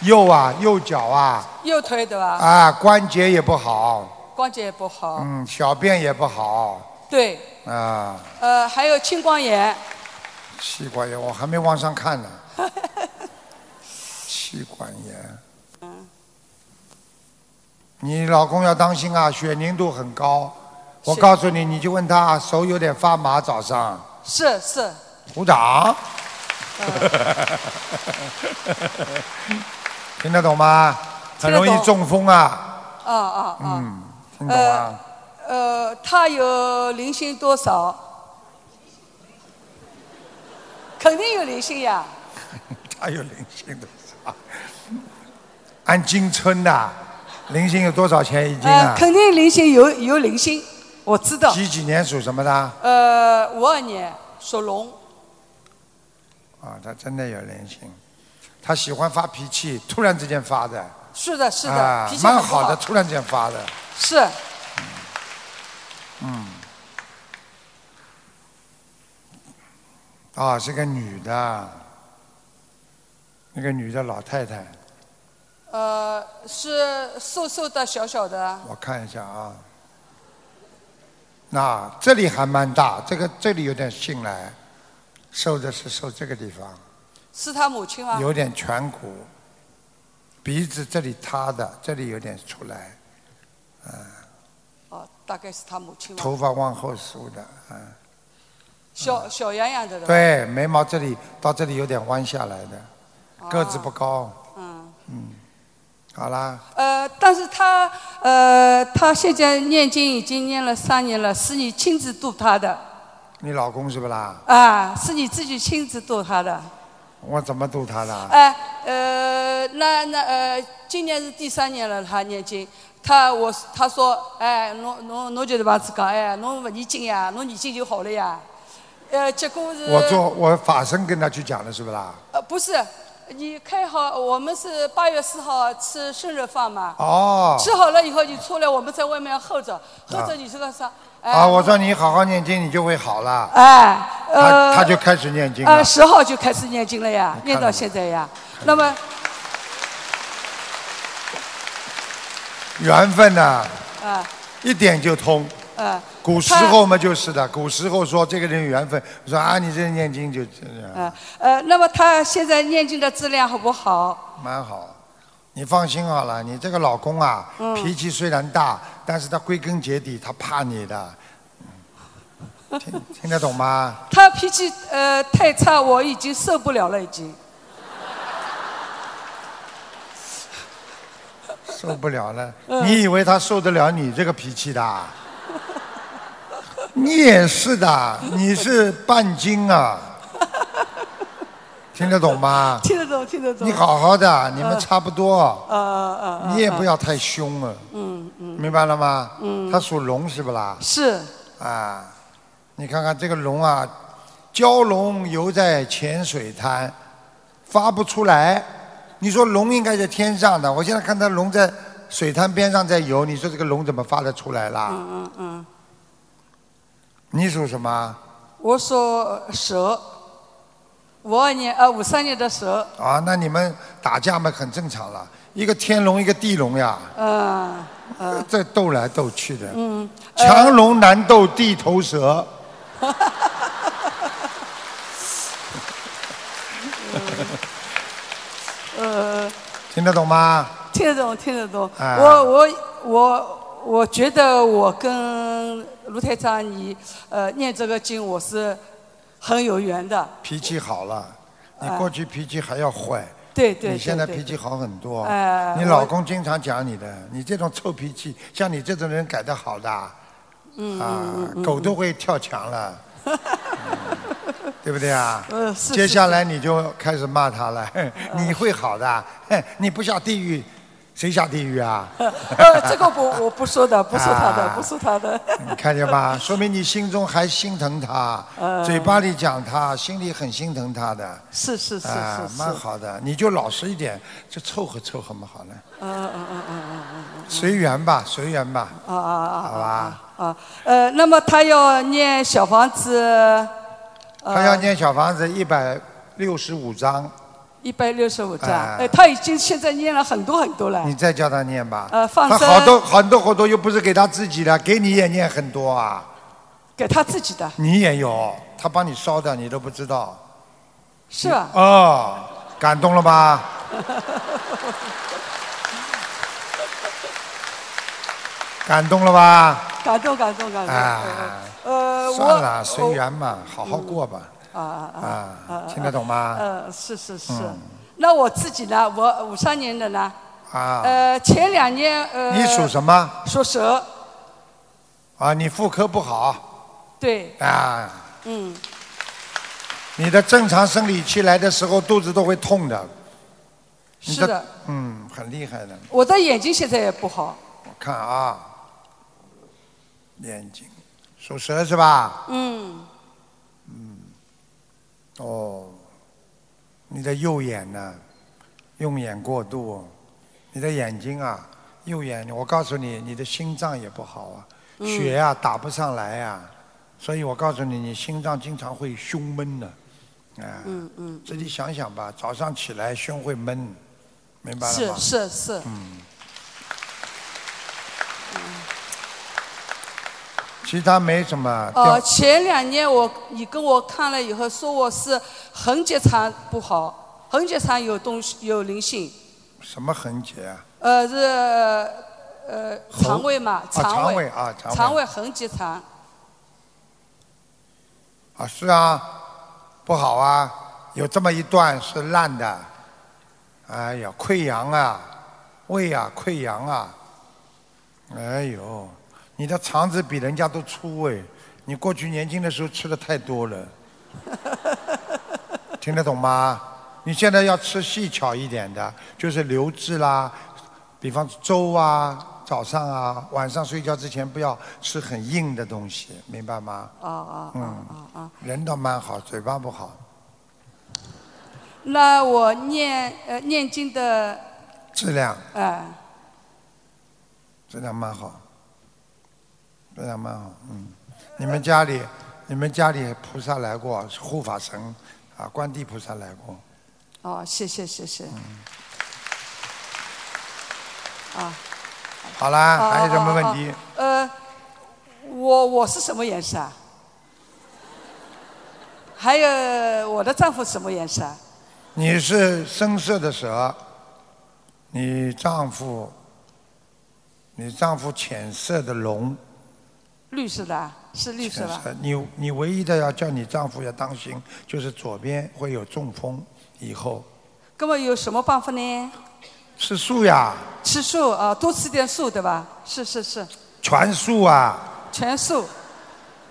Speaker 2: 右啊右脚啊
Speaker 10: 右腿对吧？
Speaker 2: 啊关节也不好，
Speaker 10: 关节也不好，
Speaker 2: 嗯，小便也不好
Speaker 10: 对，
Speaker 2: 啊，
Speaker 10: 呃，还有青光眼，
Speaker 2: 气管炎我还没往上看呢， (laughs) 气管炎，你老公要当心啊，血凝度很高，我
Speaker 10: 是
Speaker 2: 告诉你，你就问他啊手有点发麻，早上。
Speaker 10: 是是，
Speaker 2: 鼓掌。 (laughs) 听得懂吗？很容易中风啊。
Speaker 10: 啊啊啊，
Speaker 2: 嗯，听懂吗？
Speaker 10: 呃，他有零星多少？肯定有零星呀，
Speaker 2: 他有灵性的是吧按斤称的，灵性有多少钱一斤
Speaker 10: 呃
Speaker 2: 啊，？
Speaker 10: 肯定零星有有零星，我知道。
Speaker 2: 几几年属什么的？啊，
Speaker 10: 呃，五二年属龙，
Speaker 2: 啊他真的有灵性，他喜欢发脾气，突然之间发的。
Speaker 10: 是的，是的，
Speaker 2: 啊
Speaker 10: 脾气
Speaker 2: 蛮
Speaker 10: 很
Speaker 2: 好的，突然之间发的。
Speaker 10: 是
Speaker 2: 嗯。啊，是个女的，那个女的老太太，
Speaker 10: 呃，是瘦瘦的、小小的，
Speaker 2: 我看一下啊。那、这里还蛮大，这个这里有点进来，瘦的是瘦这个地方，
Speaker 10: 是他母亲吗？
Speaker 2: 有点颧骨，鼻子这里塌的，这里有点出来，啊，
Speaker 10: 哦，大概是他母亲吧。
Speaker 2: 头发往后梳的，啊，
Speaker 10: 小小圆圆的，吧
Speaker 2: 对，，眉毛这里到这里有点弯下来的，个子不高，
Speaker 10: 哦嗯，
Speaker 2: 嗯，好啦，
Speaker 10: 呃，但是他呃，他现在念经已经念了三年了，是你亲自度他的
Speaker 2: 你老公是不啦？
Speaker 10: 啊，是你自己亲自度他的。
Speaker 2: 我怎么度他的？
Speaker 10: 哎，呃，那那呃，今年是第三年了，他念经。他我他说，哎，侬侬侬就是帮子讲，哎，侬勿念经呀，侬念经就好了呀。呃，结果是
Speaker 2: 我做我法身跟他去讲了是不啦？
Speaker 10: 呃不是，你开好，我们是八月四号吃生日饭嘛。
Speaker 2: 哦
Speaker 10: 吃好了以后你出来，我们在外面候着，候着你这个啥？哎
Speaker 2: 啊，我说你好好念经，你就会好了。
Speaker 10: 哎，
Speaker 2: 他
Speaker 10: 呃，
Speaker 2: 他就开始念经
Speaker 10: 呃，
Speaker 2: 了。
Speaker 10: 十号就开始念经了呀，念到现在呀。那么，
Speaker 2: 缘分呐、
Speaker 10: 啊，
Speaker 2: 一点就通。
Speaker 10: 呃，
Speaker 2: 古时候嘛就是的，古时候说这个人有缘分，说啊你这念经就啊这样
Speaker 10: 呃，呃，那么他现在念经的质量好不好？
Speaker 2: 蛮好。你放心好了，你这个老公啊，
Speaker 10: 嗯
Speaker 2: 脾气虽然大，但是他归根结底他怕你的，嗯听听得懂吗？
Speaker 10: 他脾气呃太差，我已经受不了了，已经。
Speaker 2: 受不了了，
Speaker 10: 嗯
Speaker 2: 你以为他受得了你这个脾气的啊？你也是的，你是半斤
Speaker 10: (laughs)
Speaker 2: 啊，听得懂吗？
Speaker 10: 听得懂，听得懂。
Speaker 2: 你好好的，你们差不多，
Speaker 10: 呃呃呃。
Speaker 2: 你也不要
Speaker 10: 呃。
Speaker 2: 太凶了，
Speaker 10: 嗯嗯。
Speaker 2: 明白了吗？
Speaker 10: 嗯
Speaker 2: 他属龙是不啦？
Speaker 10: 是。
Speaker 2: 啊，你看看这个龙啊，蛟龙游在浅水滩，发不出来。你说龙应该在天上的，我现在看它龙在水滩边上在游，你说这个龙怎么发得出来啦？
Speaker 10: 嗯嗯嗯，
Speaker 2: 你属什么？
Speaker 10: 我说蛇，五二年呃五三年的蛇，
Speaker 2: 啊，那你们打架嘛很正常了，一个天龙一个地龙呀，
Speaker 10: 嗯嗯
Speaker 2: 这斗来斗去的。
Speaker 10: 嗯，呃
Speaker 2: 强龙难斗地头蛇。 (laughs)
Speaker 10: 呃，
Speaker 2: 听得懂吗？
Speaker 10: 听得懂，听得懂。
Speaker 2: 啊
Speaker 10: 我我我我觉得我跟卢台长你呃念这个经我是很有缘的，
Speaker 2: 脾气好了，你
Speaker 10: 啊
Speaker 2: 过去脾气还要坏。
Speaker 10: 对对
Speaker 2: 你现
Speaker 10: 对
Speaker 2: 在
Speaker 10: 对
Speaker 2: 脾气好很多。
Speaker 10: 哎
Speaker 2: 你
Speaker 10: 我
Speaker 2: 老公经常讲你的，你这种臭脾气，像你这种人改得好的啊，
Speaker 10: 嗯
Speaker 2: 啊
Speaker 10: 嗯嗯，
Speaker 2: 狗都会跳墙
Speaker 10: (laughs)
Speaker 2: 了。嗯对不对啊？
Speaker 10: 嗯是呃
Speaker 2: 接
Speaker 10: 是
Speaker 2: 下
Speaker 10: 是
Speaker 2: 来你就开始骂他了， (laughs) 哼你会好的， (laughs) 哼你不下地狱，谁下地狱
Speaker 10: (laughs)
Speaker 2: 啊？
Speaker 10: 呃这个不我不说的，不说他的，
Speaker 2: 啊
Speaker 10: 不说他的。
Speaker 2: 你看见吧？说明你心中还心疼
Speaker 10: (laughs)
Speaker 2: 他，
Speaker 10: 嗯
Speaker 2: 嘴巴里讲他，心里很心疼他的。
Speaker 10: 是是是
Speaker 2: 啊
Speaker 10: 是是
Speaker 2: 蛮好的，你就老实一点，就凑合凑合嘛，好了，
Speaker 10: 嗯嗯嗯嗯嗯嗯嗯。
Speaker 2: 随缘吧，随缘吧，
Speaker 10: 啊啊啊
Speaker 2: 好
Speaker 10: 啊！
Speaker 2: 吧。
Speaker 10: 啊，呃，那么他要念小房子，呃
Speaker 2: 他要念小房子一百六十五章，
Speaker 10: 一百六十五章，
Speaker 2: 哎
Speaker 10: 哎，他已经现在念了很多很多了。
Speaker 2: 你再叫他念吧。
Speaker 10: 哎呃
Speaker 2: 嗯
Speaker 10: 放
Speaker 2: 他
Speaker 10: 生
Speaker 2: 好多很多好多，又不是给他自己的，给你也念很多啊，
Speaker 10: 给他自己的，
Speaker 2: 你也有，他帮你烧的，你都不知道。
Speaker 10: 是啊吧？
Speaker 2: 哦，感动了吧？感动了吧？
Speaker 10: 感动感动感动。
Speaker 2: 啊，
Speaker 10: 呃，我
Speaker 2: 算了，
Speaker 10: 我
Speaker 2: 随缘嘛，好好过吧。
Speaker 10: 啊啊啊
Speaker 2: 啊！听得懂吗？
Speaker 10: 呃，是是是。
Speaker 2: 嗯
Speaker 10: 那我自己呢？我五三年的呢？
Speaker 2: 啊，
Speaker 10: 呃，前两年呃，
Speaker 2: 你属什么？
Speaker 10: 属蛇，
Speaker 2: 啊，你妇科不好
Speaker 10: 对，
Speaker 2: 啊，
Speaker 10: 嗯，
Speaker 2: 你的正常生理期来的时候肚子都会痛的。你
Speaker 10: 是的，
Speaker 2: 嗯，很厉害的。
Speaker 10: 我的眼睛现在也不好，
Speaker 2: 我看啊，眼睛，属蛇是吧？
Speaker 10: 嗯，
Speaker 2: 嗯哦，你的右眼呢、用眼过度，哦你的眼睛啊，右眼，我告诉你，你的心脏也不好啊，
Speaker 11: 嗯
Speaker 2: 血啊打不上来啊，所以我告诉你，你心脏经常会胸闷的、啊，
Speaker 10: 嗯嗯，
Speaker 2: 自己想想吧，早上起来胸会闷，明白了
Speaker 10: 是
Speaker 2: 吗？
Speaker 10: 是是，
Speaker 2: 嗯。其他没什么。
Speaker 10: 哦，
Speaker 2: 掉
Speaker 10: 前两年我你跟我看了以后，说我是横结肠不好，横结肠有东西有灵性，
Speaker 2: 什么痕结啊？
Speaker 10: 呃是呃
Speaker 2: 喉
Speaker 10: 肠胃嘛
Speaker 2: 啊，
Speaker 10: 肠
Speaker 2: 肠
Speaker 10: 胃
Speaker 2: 胃啊，肠胃。
Speaker 10: 肠胃横结肠，
Speaker 2: 啊，是啊，不好啊，有这么一段是烂的，哎呀，溃疡啊，胃啊溃疡啊，哎呦，你的肠子比人家都粗哎，你过去年轻的时候吃的太多了，听得懂吗？你现在要吃细巧一点的，就是流质啦，比方粥啊，早上啊，晚上睡觉之前不要吃很硬的东西，明白吗？
Speaker 10: 啊啊啊
Speaker 2: 嗯
Speaker 10: 啊啊！
Speaker 2: 人倒蛮好，嘴巴不好，
Speaker 10: 那我念呃念经的
Speaker 2: 质量
Speaker 10: 呃
Speaker 2: 质量蛮好，质量蛮好，嗯。你们家里，你们家里菩萨来过，护法神啊，观地菩萨来过，嗯
Speaker 10: 哦，谢谢谢谢。啊，
Speaker 2: 好啦，
Speaker 10: 哦
Speaker 2: 啊还有什么问题？
Speaker 10: 哦哦呃，我我是什么
Speaker 2: (laughs)
Speaker 10: 颜色啊？还有我的丈夫什么颜色啊？
Speaker 2: 你是深色的蛇，你丈夫，你丈夫浅色的龙，
Speaker 10: 绿色的啊，是绿
Speaker 2: 浅
Speaker 10: 色吧？
Speaker 2: 色。你你唯一的要叫你丈夫要当心，就是左边会有中风，以后
Speaker 10: 那么有什么办法呢？
Speaker 2: 吃素呀，
Speaker 10: 吃素啊，多吃点素，对吧？是是是，
Speaker 2: 全素啊，
Speaker 10: 全素。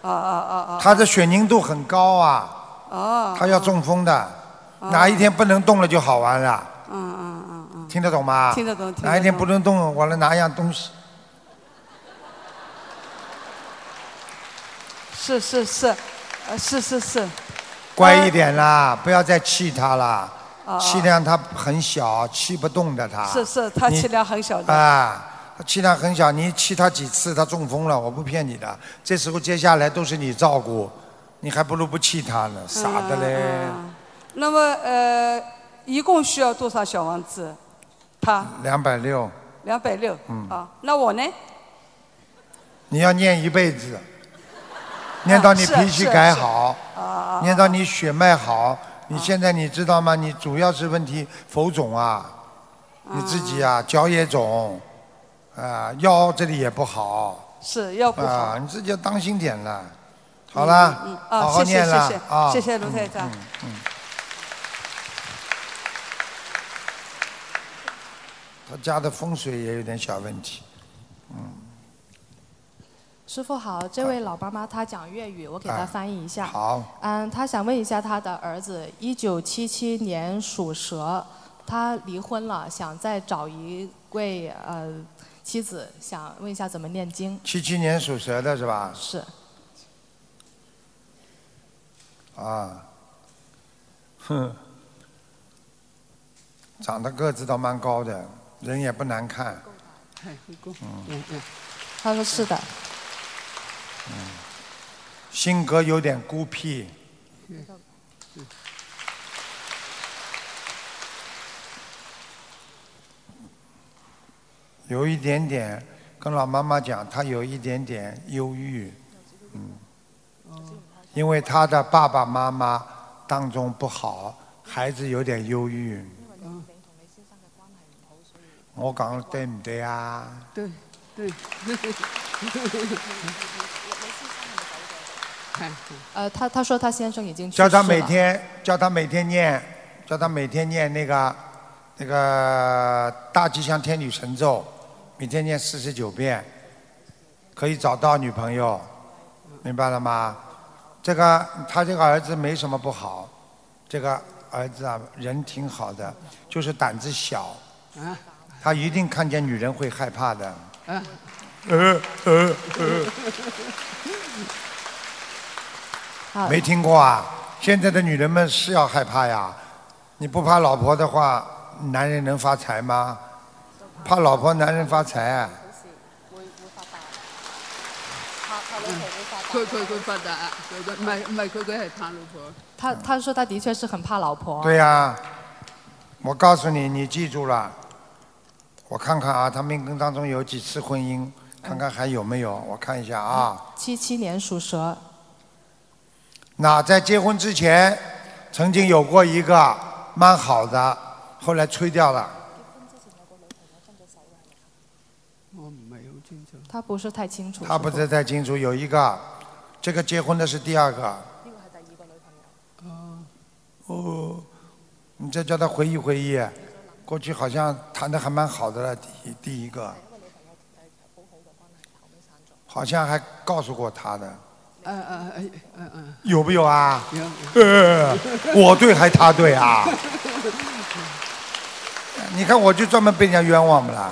Speaker 10: 啊啊啊啊！
Speaker 2: 他的血凝度很高啊，
Speaker 10: 哦，
Speaker 2: 他要中风的，
Speaker 10: 哦
Speaker 2: 哪一天不能动了就好玩了。
Speaker 10: 嗯嗯嗯嗯，
Speaker 2: 听得懂吗？
Speaker 10: 听得懂听得懂
Speaker 2: 啊哪一天不能动，完了拿一样东西。
Speaker 10: 是是是，呃是是是，
Speaker 2: 乖一点啦，不要再气他啦。
Speaker 10: 哦
Speaker 2: 气量他很小，气不动的他。
Speaker 10: 是是，他
Speaker 2: 你
Speaker 10: 气量很小的。
Speaker 2: 啊，他气量很小，你气他几次，他中风了，我不骗你的。这时候接下来都是你照顾，你还不如不气他
Speaker 10: 哎
Speaker 2: 呢，傻的嘞。
Speaker 10: 那么呃，一共需要多少小王子？他
Speaker 2: 两百六，
Speaker 10: 两百六
Speaker 2: 嗯
Speaker 10: 啊。那我呢？
Speaker 2: 你要念一辈子，念到你
Speaker 10: 是啊
Speaker 2: 脾气
Speaker 10: 是啊
Speaker 2: 改
Speaker 10: 是啊
Speaker 2: 好，
Speaker 10: 啊啊
Speaker 2: 念到你血脉好。你现在你知道吗？你主要是问题浮肿啊，你自己啊，脚也肿，啊，腰这里也不好，
Speaker 10: 是要不好。
Speaker 2: 啊，你自己要当心点了。好
Speaker 10: 嗯嗯
Speaker 2: 啦，
Speaker 10: 啊
Speaker 2: 好好
Speaker 10: 谢谢
Speaker 2: 念啦
Speaker 10: 谢谢
Speaker 2: 啊！
Speaker 10: 谢谢卢台
Speaker 2: 嗯
Speaker 10: 长
Speaker 2: 嗯嗯他家的风水也有点小问题，
Speaker 11: 师傅好，这位老妈妈她讲粤语，我给她
Speaker 2: 啊
Speaker 11: 翻译一下。
Speaker 2: 好，
Speaker 11: 嗯，她想问一下她的儿子，一九七七年属蛇，他离婚了，想再找一位呃妻子，想问一下怎么念经。
Speaker 2: 七七年属蛇的是吧？
Speaker 11: 是。
Speaker 2: 啊，哼，长得个子倒蛮高的，人也不难看，
Speaker 10: 嗯嗯，
Speaker 11: 她说
Speaker 2: (laughs)
Speaker 11: 是的。
Speaker 2: 性格有点孤僻，有一点点，跟老妈妈讲，她有一点点忧郁，嗯，因为她的爸爸妈妈当中不好，孩子有点忧郁。我讲得对唔对啊？
Speaker 10: 对对。
Speaker 11: 呃，她她说她先生已经去世
Speaker 2: 叫
Speaker 11: 了
Speaker 2: 他每天叫他每天念，叫他每天念那个那个大吉祥天女神咒，每天念四十九遍，可以找到女朋友，明白了吗？这个他这个儿子没什么不好，这个儿子啊人挺好的，就是胆子小，
Speaker 10: 啊
Speaker 2: 他一定看见女人会害怕的。
Speaker 10: 啊。
Speaker 2: 呃呃呃，
Speaker 11: 好
Speaker 2: 没听过啊？现在的女人们是要害怕呀，你不怕老婆的话，男人能发财吗？怕老婆，男人发财啊！
Speaker 12: 佢佢佢發達啊！佢佢唔係唔係佢佢係怕老婆。
Speaker 11: 她她说她的确是很怕老婆。
Speaker 2: 对呀、我告诉你，你记住了。我看看啊，他命根当中有几次婚姻，看看还有没有？我看一下啊。
Speaker 11: 七七年属蛇，
Speaker 2: 那在结婚之前，曾经有过一个蛮好的，后来吹掉了。
Speaker 12: 我唔係好清楚。
Speaker 11: 她不是太清楚。
Speaker 2: 他不
Speaker 11: 师
Speaker 2: 是
Speaker 11: 傅
Speaker 2: 太清楚，有一个，这个结婚的是第二个。哦，你再叫他回忆回忆，过去好像谈的还蛮好的了，第一第一个，好像还告诉过他的，
Speaker 12: 嗯嗯嗯嗯嗯，
Speaker 2: 有没有啊？
Speaker 12: 有
Speaker 2: 呃，我对还他对啊？你看我就专门被人家冤枉不啦？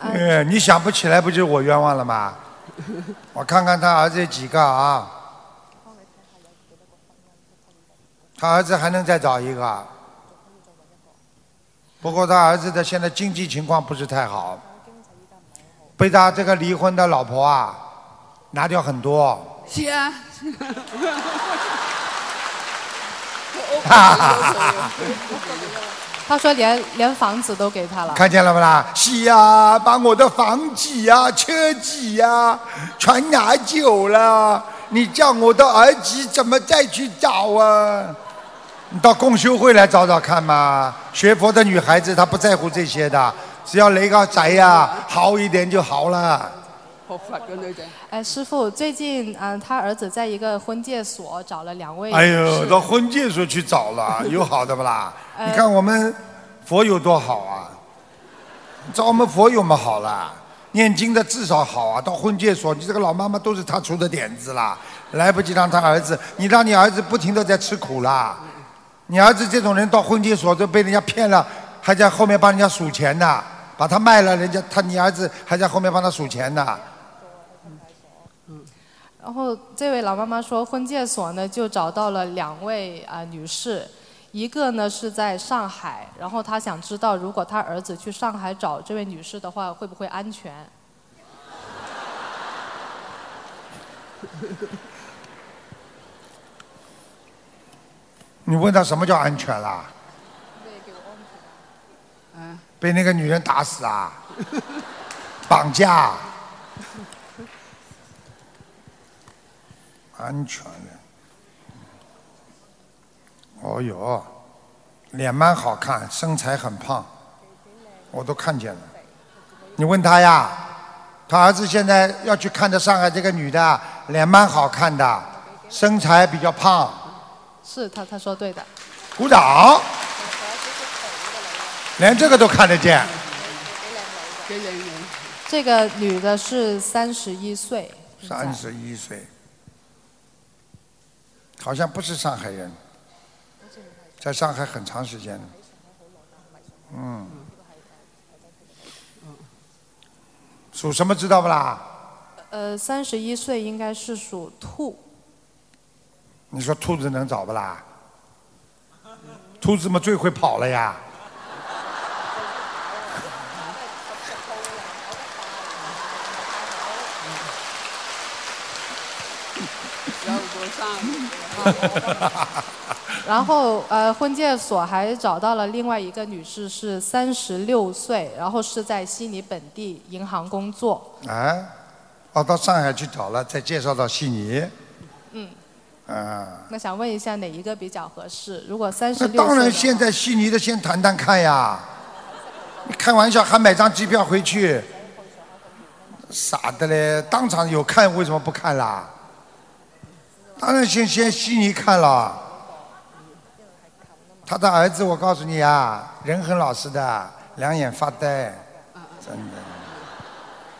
Speaker 2: 呃，你想不起来不就是我冤枉了吗？我看看他儿子有几个啊？他儿子还能再找一个，啊不过他儿子的现在经济情况不是太好，被他这个离婚的老婆啊拿掉很多。
Speaker 12: 是啊。
Speaker 13: à.
Speaker 11: (laughs)
Speaker 2: 哈哈哈哈
Speaker 11: 他说连连房子都给他了。
Speaker 2: 看见了不啦？是呀、把我的房挤呀、车挤呀、全拿走了。你叫我的儿子怎么再去找啊？你到共修会来找找看嘛。学佛的女孩子她不在乎这些的，只要雷个宅呀、好一点就好了。
Speaker 12: 好发个那个。
Speaker 11: 哎，师傅，最近嗯、他儿子在一个婚介所找了两位。
Speaker 2: 哎呦，到婚介所去找了，有好的不啦？
Speaker 11: 呃
Speaker 2: 你看我们佛友多好啊，找我们佛友们好啦，念经的至少好啊。到婚介所，你这个老妈妈都是她出的点子啦，来不及让她儿子，你让你儿子不停的在吃苦啦。你儿子这种人到婚介所都被人家骗了，还在后面帮人家数钱呢，把他卖了，人家他你儿子还在后面帮他数钱呢。
Speaker 11: 然后这位老妈妈说，婚介所呢就找到了两位啊、呃女士，一个呢是在上海，然后她想知道如果她儿子去上海找这位女士的话，会不会安全？
Speaker 2: 你问他什么叫安全啦？
Speaker 12: 嗯，
Speaker 2: 被那个女人打死啊，绑架啊，安全的。哦哟，脸蛮好看，身材很胖，我都看见了。你问他呀，他儿子现在要去看的上海这个女的，啊脸蛮好看的，身材比较胖，
Speaker 11: 是她，她说对的。
Speaker 2: 鼓掌。连这个都看得见，
Speaker 12: 给人人。
Speaker 11: 这个女的是三十一岁，
Speaker 2: 三十一岁，好像不是上海人，在上海很长时间了。嗯。属什么知道不啦？
Speaker 11: 呃，三十一岁应该是属兔。
Speaker 2: 你说兔子能找不啦？兔子们最会跑了呀。 (laughs)
Speaker 12: 要我上。
Speaker 11: 然后呃，婚介所还找到了另外一个女士，是三十六岁，然后是在悉尼本地银行工作。
Speaker 2: 啊，哦，到上海去找了，再介绍到悉尼。
Speaker 11: 嗯，
Speaker 2: 啊，
Speaker 11: 那想问一下哪一个比较合适？如果三十
Speaker 2: 那
Speaker 11: 六，
Speaker 2: 当然，现在悉尼的先谈谈看呀。你开玩笑，还买张机票回去？傻的嘞，当场有看为什么不看啦？当然先先悉尼看了。他的儿子，我告诉你啊，人很老实的，两眼发呆，真的。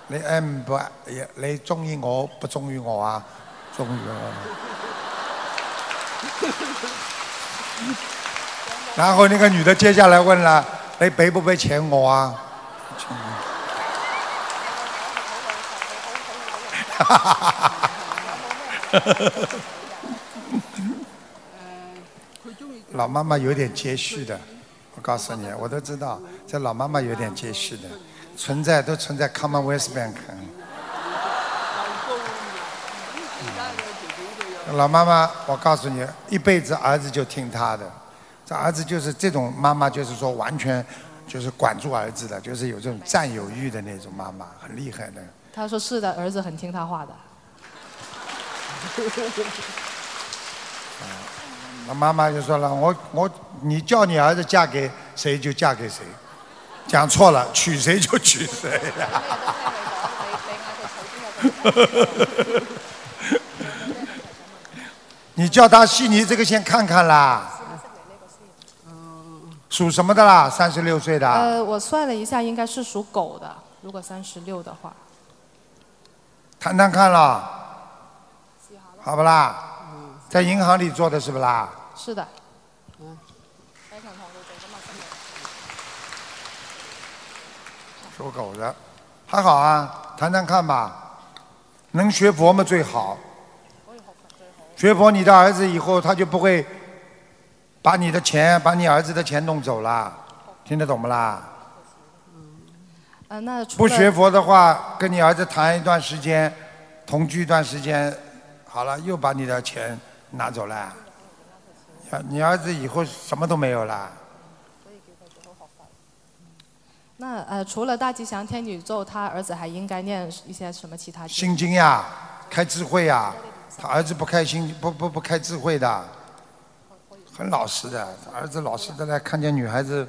Speaker 2: 你爱唔不？也你中意我不中意我啊？中意我。然后那个女的接下来问了：“你俾不俾钱我啊？”哈哈哈哈哈！ (laughs) 老妈妈有点接续的，我告诉你，我都知道，这老妈妈有点接续的，存在都存在 Commonwealth Bank。老嗯妈妈，我告诉你，一辈子儿子就听她的，这儿子就是这种妈妈，就是说完全就是管住儿子的，就是有这种占有欲的那种妈妈，很厉害的。
Speaker 11: 她说是的，儿子很听她话
Speaker 2: (laughs)
Speaker 11: 的。
Speaker 2: 那妈妈就说了，我我你叫你儿子嫁给谁就嫁给谁，讲错了，娶谁就娶谁 (laughs) 呀、你叫他悉尼这个先看看啦。属什么的啦？三十六岁的。
Speaker 11: 呃，我算了一下，应该是属狗的。如果三十六的话，
Speaker 2: 谈谈看了，好不啦？在银行里做的是不啦？
Speaker 11: 是的。
Speaker 2: 属狗的，还好啊，谈谈看吧。能学佛嘛最好。学佛，你的儿子以后他就不会把你的钱、把你儿子的钱弄走了，听得懂不啦？
Speaker 11: 呃，那除
Speaker 2: 不
Speaker 11: 了
Speaker 2: 学佛的话，跟你儿子谈一段时间，同居一段时间，好了，又把你的钱拿走了，你儿子以后什么都没有了。
Speaker 11: 那呃，除了大吉祥天女咒，他儿子还应该念一些什么其他经？
Speaker 2: 心经呀，开智慧呀，他儿子不开心，不不不开智慧的，很老实的，他儿子老实的来看见女孩子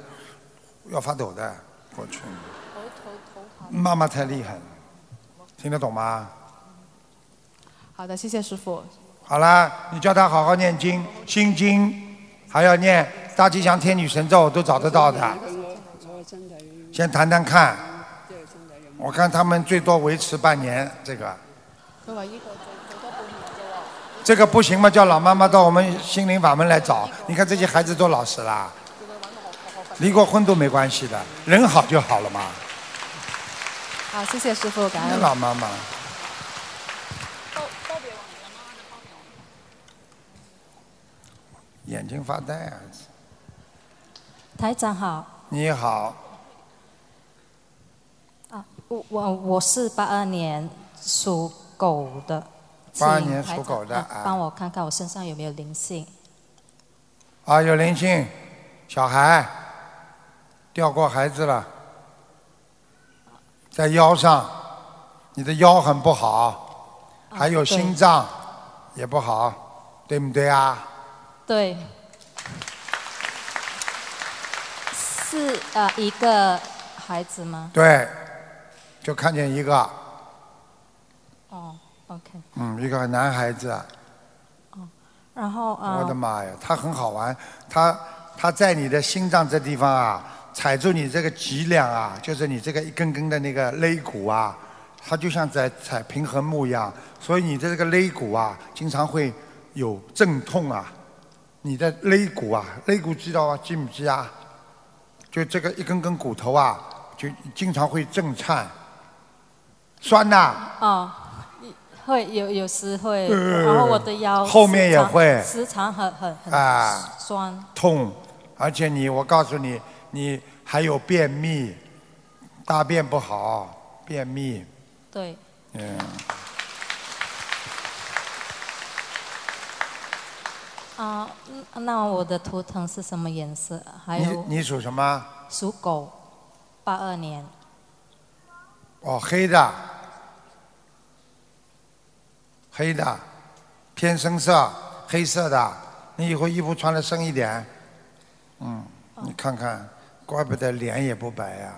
Speaker 2: 要发抖的，过去。妈妈太厉害了，听得懂吗？
Speaker 11: 好的，谢谢师傅。
Speaker 2: 好啦，你叫他好好念经，心经，还要念大吉祥天女神咒，都找得到的。先谈谈看，我看他们最多维持半年这个。
Speaker 11: 佢话依個
Speaker 2: 这个不行嘛，叫老妈妈到我们心灵法门来找。你看这些孩子多老实啦，离过婚都没关系的，人好就好了嘛。
Speaker 11: 好，谢谢师傅，感恩。
Speaker 2: 老妈妈，眼睛发呆啊！
Speaker 14: 台长好，
Speaker 2: 你好，
Speaker 14: 我啊我我是八二年属狗的，
Speaker 2: 82
Speaker 14: 请
Speaker 2: 年
Speaker 14: 台
Speaker 2: 属
Speaker 14: 长
Speaker 2: 狗的
Speaker 14: 啊
Speaker 2: 啊
Speaker 14: 帮我看看我身上有没有灵性。
Speaker 2: 啊，有灵性，小孩掉过孩子了，在腰上，你的腰很不好，
Speaker 14: 啊
Speaker 2: 还有心脏也不好，对不对啊？
Speaker 14: 对，是呃一个孩子吗？
Speaker 2: 对，就看见一个，
Speaker 14: 哦，OK，
Speaker 2: 嗯，一个男孩子，
Speaker 14: 然后啊，
Speaker 13: 嗯
Speaker 2: 我的妈呀，他很好玩，他他在你的心脏这地方啊，踩住你这个脊梁啊，就是你这个一根根的那个肋骨啊，他就像在踩平衡木一样，所以你的这个肋骨啊，经常会有阵痛啊，你的肋骨啊，肋骨知道啊，记不记啊？就这个一根根骨头啊，就经常会震颤，酸呐、
Speaker 14: 哦，会有有时会，
Speaker 2: 呃
Speaker 14: 然后我的腰
Speaker 2: 后面
Speaker 14: 时
Speaker 2: 也
Speaker 14: 常
Speaker 2: 会
Speaker 14: 时常很很很
Speaker 2: 啊
Speaker 14: 酸，
Speaker 2: 痛，而且你，我告诉你，你还有便秘，大便不好，便秘，
Speaker 14: 对，
Speaker 2: 嗯，
Speaker 14: 啊，嗯那我的图腾是什么颜色？还有
Speaker 2: 嗯你你属什么？
Speaker 14: 属狗，八二年，
Speaker 2: 哦，黑的，黑的，偏深色，黑色的，你以后衣服穿的深一点，嗯，
Speaker 14: 哦
Speaker 2: 你看看，怪不得脸也不白呀、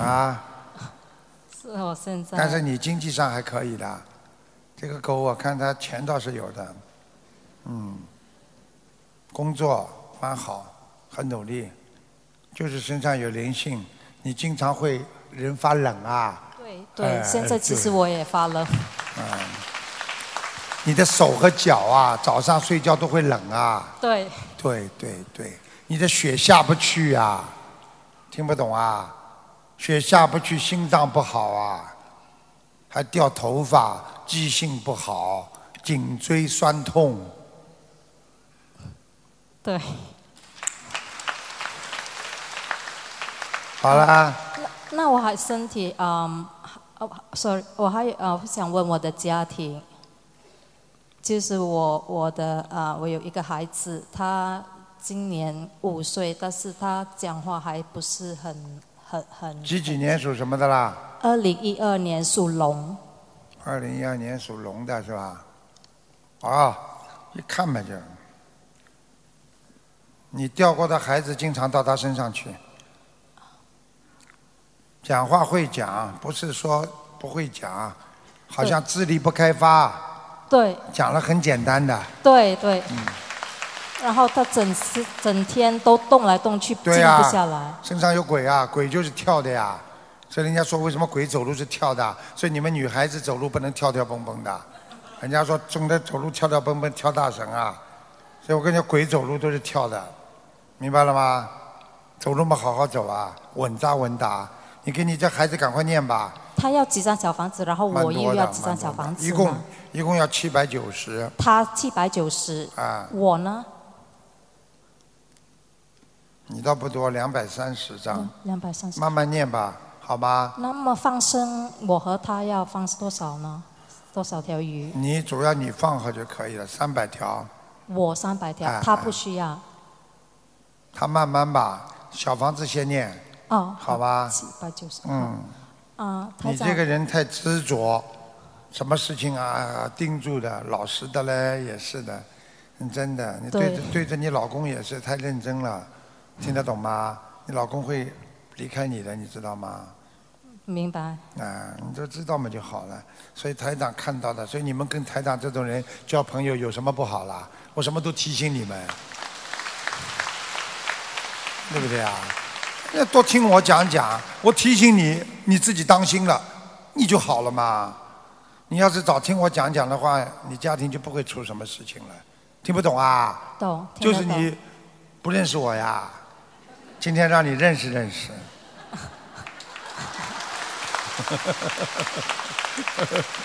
Speaker 2: 啊，
Speaker 14: 是我现在。
Speaker 2: 但是你经济上还可以的，这个狗我看它钱倒是有的，嗯，工作蛮好，很努力，就是身上有灵性，你经常会人发冷啊，
Speaker 14: 对对，
Speaker 2: 哎
Speaker 14: 现在其实
Speaker 2: 对
Speaker 14: 我也发了，
Speaker 2: 嗯，你的手和脚啊，早上睡觉都会冷啊，
Speaker 14: 对，
Speaker 2: 对对对，你的血下不去啊，听不懂啊，血下不去，心脏不好啊，还掉头发，记性不好，颈椎酸痛，
Speaker 14: 对，
Speaker 2: 好啦，
Speaker 14: 那我还身体，嗯，哦，sorry，我还有呃想问我的家庭，就是我我的啊、呃我有一个孩子，他今年五岁，但是他讲话还不是很很很。
Speaker 2: 几几年属什么的啦？
Speaker 14: 二零一二年属龙，
Speaker 2: 二零一二年属龙的是吧？啊，一看嘛就，你掉过的孩子经常到他身上去，讲话会讲，不是说不会讲，好像智力不开发，
Speaker 14: 对
Speaker 2: 讲了很简单的，
Speaker 14: 对对，然后他整时整天都动来动去，静
Speaker 2: 对啊呀、
Speaker 14: 不下来。
Speaker 2: 身上有鬼啊，鬼就是跳的呀。所以人家说为什么鬼走路是跳的？啊所以你们女孩子走路不能跳跳蹦蹦的。啊人家说总得走路跳跳蹦蹦跳大神啊。所以我跟你讲，鬼走路都是跳的，明白了吗？走路嘛，好好走啊，稳扎稳打。你给你这孩子赶快念吧，
Speaker 14: 他要几张小房子，然后
Speaker 2: 蛮
Speaker 14: 我
Speaker 2: 多
Speaker 14: 又
Speaker 2: 的
Speaker 14: 要几张
Speaker 2: 蛮多
Speaker 14: 小
Speaker 2: 的
Speaker 14: 房子
Speaker 2: 一
Speaker 14: 嘛
Speaker 2: 共一共要七百九十
Speaker 14: 他七百九十，
Speaker 2: 啊。
Speaker 14: 我呢
Speaker 2: 你倒不多，两百三十张，
Speaker 14: 两百三十。
Speaker 2: 慢慢念吧，好吗？
Speaker 14: 那么放生，我和他要放多少呢？多少条鱼？
Speaker 2: 你主要你放好就可以了，三百条，
Speaker 14: 我三百条
Speaker 2: 哎，
Speaker 14: 他不需要。
Speaker 2: 他慢慢吧，小房子先念，
Speaker 14: 哦，
Speaker 2: 好吧？
Speaker 14: 七百九十。
Speaker 2: 嗯，
Speaker 14: 啊，台
Speaker 2: 你
Speaker 14: 长
Speaker 2: 这个人太执着，什么事情啊盯住的，老实的嘞也是的，嗯真的，你对
Speaker 14: 对
Speaker 2: 着对着你老公也是太认真了，听得懂吗？你老公会离开你的，你知道吗？
Speaker 14: 明白。
Speaker 2: 啊，你都知道嘛就好了。所以台长看到的，所以你们跟台长这种人交朋友有什么不好啦？我什么都提醒你们，对不对啊？那多听我讲讲，我提醒你，你自己当心了，你就好了嘛。你要是早听我讲讲的话，你家庭就不会出什么事情了。听不懂啊？
Speaker 14: 懂，听
Speaker 2: 就
Speaker 14: 得
Speaker 2: 是
Speaker 14: 懂
Speaker 2: 你不认识我呀，今天让你认识认识。 (laughs)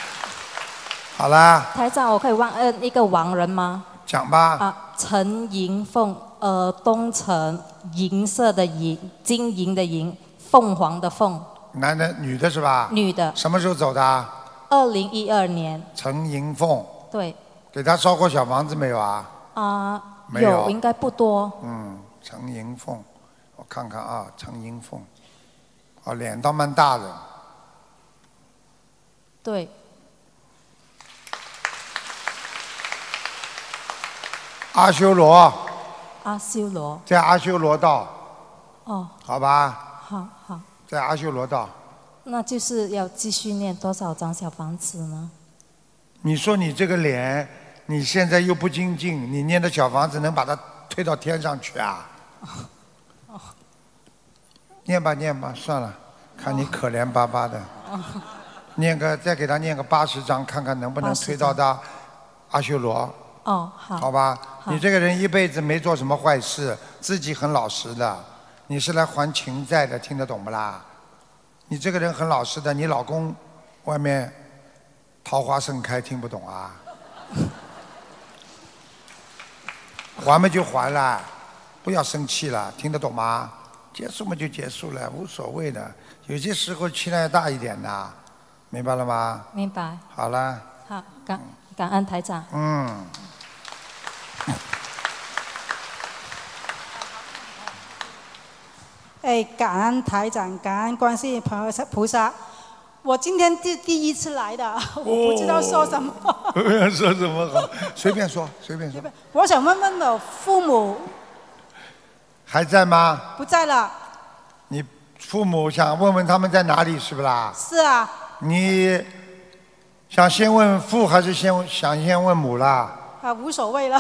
Speaker 2: 好啦，
Speaker 14: 台长，我可以忘呃一个亡人吗？
Speaker 2: 讲吧。
Speaker 14: 啊，陈银凤，呃，东城，银色的银，金银的银，凤凰的凤，
Speaker 2: 男的、女的是吧？
Speaker 14: 女的。
Speaker 2: 什么时候走的啊？
Speaker 14: 二零一二年，
Speaker 2: 陈银凤，
Speaker 14: 对，
Speaker 2: 给他烧过小房子没有啊？
Speaker 14: 啊、
Speaker 2: 没有
Speaker 14: 应该不多，
Speaker 2: 嗯，陈银凤，我看看啊，陈银凤，哦，脸倒蛮大的，
Speaker 14: 对，
Speaker 2: 阿修罗，
Speaker 14: 阿修罗，
Speaker 2: 在阿修罗道，
Speaker 14: 哦，
Speaker 2: 好吧，
Speaker 14: 好好，
Speaker 2: 在阿修罗道。
Speaker 14: 那就是要继续念多少张小房子呢？
Speaker 2: 你说你这个脸，你现在又不精进，你念的小房子能把它推到天上去啊？念吧念吧，算了，看你可怜巴巴的，念个再给他念个八十章，看看能不能
Speaker 14: 80
Speaker 2: 推到他阿修罗，
Speaker 14: 哦，好，
Speaker 2: 好吧？你这个人一辈子没做什么坏事，自己很老实的，你是来还情债的，听得懂不啦？你这个人很老实的，你老公外面桃花盛开，听不懂啊？ (laughs) 还嘛就还了，不要生气了，听得懂吗？结束嘛就结束了，无所谓的。有些时候气量要大一点的，明白了吗？
Speaker 14: 明白，
Speaker 2: 好了，
Speaker 14: 好，感感恩台长。
Speaker 2: 嗯。
Speaker 15: 哎，感恩台长，感恩观世音菩萨菩萨。我今天第第一次来的， (laughs) 我不知道说什么。
Speaker 2: (laughs) 说什么好？随便说，随便说。
Speaker 15: 我想问问我父母
Speaker 2: 还在吗？
Speaker 15: 不在了，
Speaker 2: 你父母想问问他们在哪里，是不啦？
Speaker 15: 是啊，
Speaker 2: 你想先问父还是先想先问母啦？
Speaker 15: 啊无所谓了。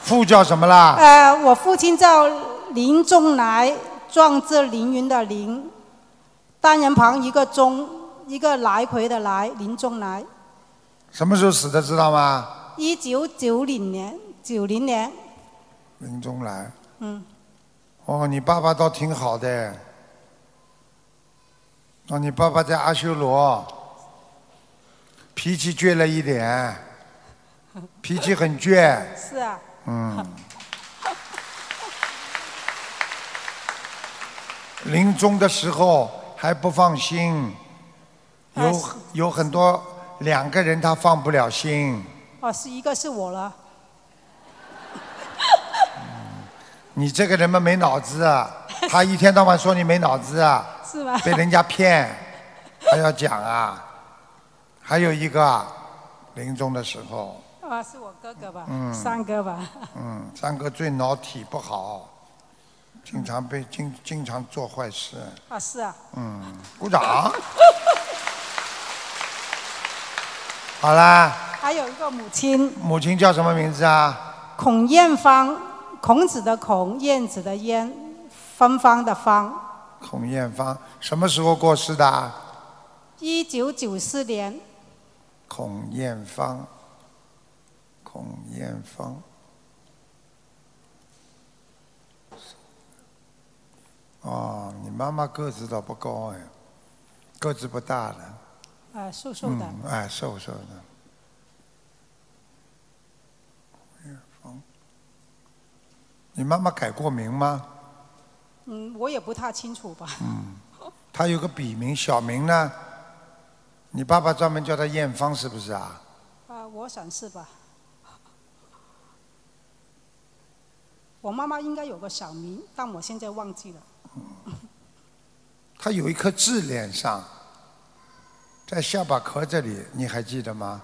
Speaker 2: 父叫什么啦？
Speaker 15: 呃，我父亲叫林仲来，壮志凌云的林，单人旁一个钟，一个来回的来，林仲来。
Speaker 2: 什么时候死的知道吗？
Speaker 15: 一九九零年，九零年，
Speaker 2: 林中来。
Speaker 15: 嗯，
Speaker 2: 哦，你爸爸倒挺好的。哦，你爸爸在阿修罗，脾气倔了一点，脾气很倔。
Speaker 15: (laughs) 是啊，
Speaker 2: 嗯。临终的时候还不放心，
Speaker 15: 哎
Speaker 2: 有
Speaker 15: 是
Speaker 2: 有很多两个人他放不了心。
Speaker 15: 哦，是一个是我了，
Speaker 2: 你这个人嘛没脑子啊， (laughs) 他一天到晚说你没脑子啊，
Speaker 15: (laughs) 是吧？
Speaker 2: 被人家骗，还要讲啊。还有一个啊，临终的时候，
Speaker 15: 啊，是我哥哥吧，
Speaker 2: 嗯
Speaker 15: 三哥吧， (laughs)
Speaker 2: 嗯，三哥最脑体不好，经常被经经常做坏事，
Speaker 15: 啊，是啊，
Speaker 2: 嗯，鼓掌。 (laughs) 好啦，
Speaker 15: 还有一个母亲，
Speaker 2: 母亲叫什么名字啊？
Speaker 15: 孔艳芳，孔子的孔，燕子的燕，芬芳的芳。
Speaker 2: 孔艳芳什么时候过世的啊？
Speaker 15: 一九九四年，
Speaker 2: 孔艳芳，孔艳芳，哦，你妈妈个子倒不高哎，个子不大的，
Speaker 15: 啊、瘦瘦的。
Speaker 2: 嗯，哎，瘦瘦的。孔艳芳，你妈妈改过名吗？
Speaker 15: 嗯，我也不太清楚吧。
Speaker 2: 嗯，她有个笔名，小名呢？你爸爸专门叫她艳芳，是不是啊？
Speaker 15: 啊，我想是吧。我妈妈应该有个小名，但我现在忘记了。
Speaker 2: 她有一颗痣脸上，在下巴壳这里，你还记得吗？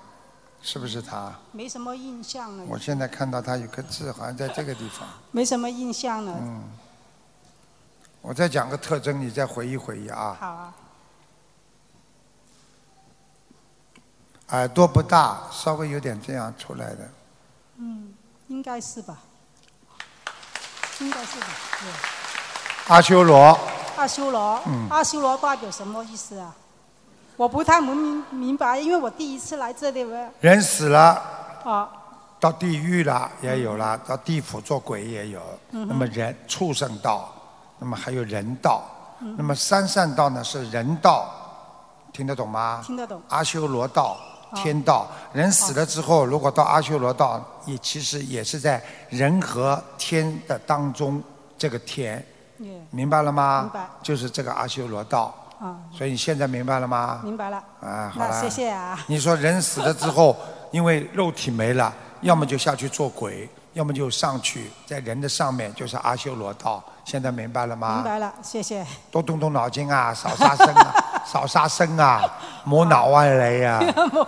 Speaker 2: 是不是她？
Speaker 15: 没什么印象了。
Speaker 2: 我现在看到她有颗痣，好像在这个地方。
Speaker 15: 没什么印象了。
Speaker 2: 嗯，我再讲个特征，你再回忆回忆啊。
Speaker 15: 好啊，
Speaker 2: 耳朵不大，稍微有点这样出来的。
Speaker 15: 嗯，应该是吧。应该是吧。对
Speaker 2: 阿修罗，
Speaker 15: 阿修罗，
Speaker 2: 嗯
Speaker 15: 阿修罗代表什么意思啊？我不太明明白，因为我第一次来这里我
Speaker 2: 人死了
Speaker 15: 啊，
Speaker 2: 到地狱了也有了，到地府做鬼也有。
Speaker 15: 嗯哼
Speaker 2: 那么人畜生道，那么还有人道，
Speaker 15: 嗯
Speaker 2: 那么三善道呢是人道，听得懂吗？
Speaker 15: 听得懂。
Speaker 2: 阿修罗道、
Speaker 15: 哦
Speaker 2: 天道，人死了之后，如果到阿修罗道，也其实也是在人和天的当中，这个天，
Speaker 3: 嗯
Speaker 15: 也
Speaker 2: 明白了吗？
Speaker 15: 明白。
Speaker 2: 就是这个阿修罗道，
Speaker 15: 啊，
Speaker 2: 所以你现在明白了吗？
Speaker 15: 明白了。
Speaker 2: 啊，好
Speaker 15: 那
Speaker 2: 了。
Speaker 15: 谢谢啊。
Speaker 2: 你说人死了之后，因为肉体没了，要么就下去做鬼，要么就上去，在人的上面就是阿修罗道。现在明白了吗？
Speaker 15: 明白了，谢谢。
Speaker 2: 多动动脑筋啊，少杀生啊，少杀生啊，磨脑啊来呀、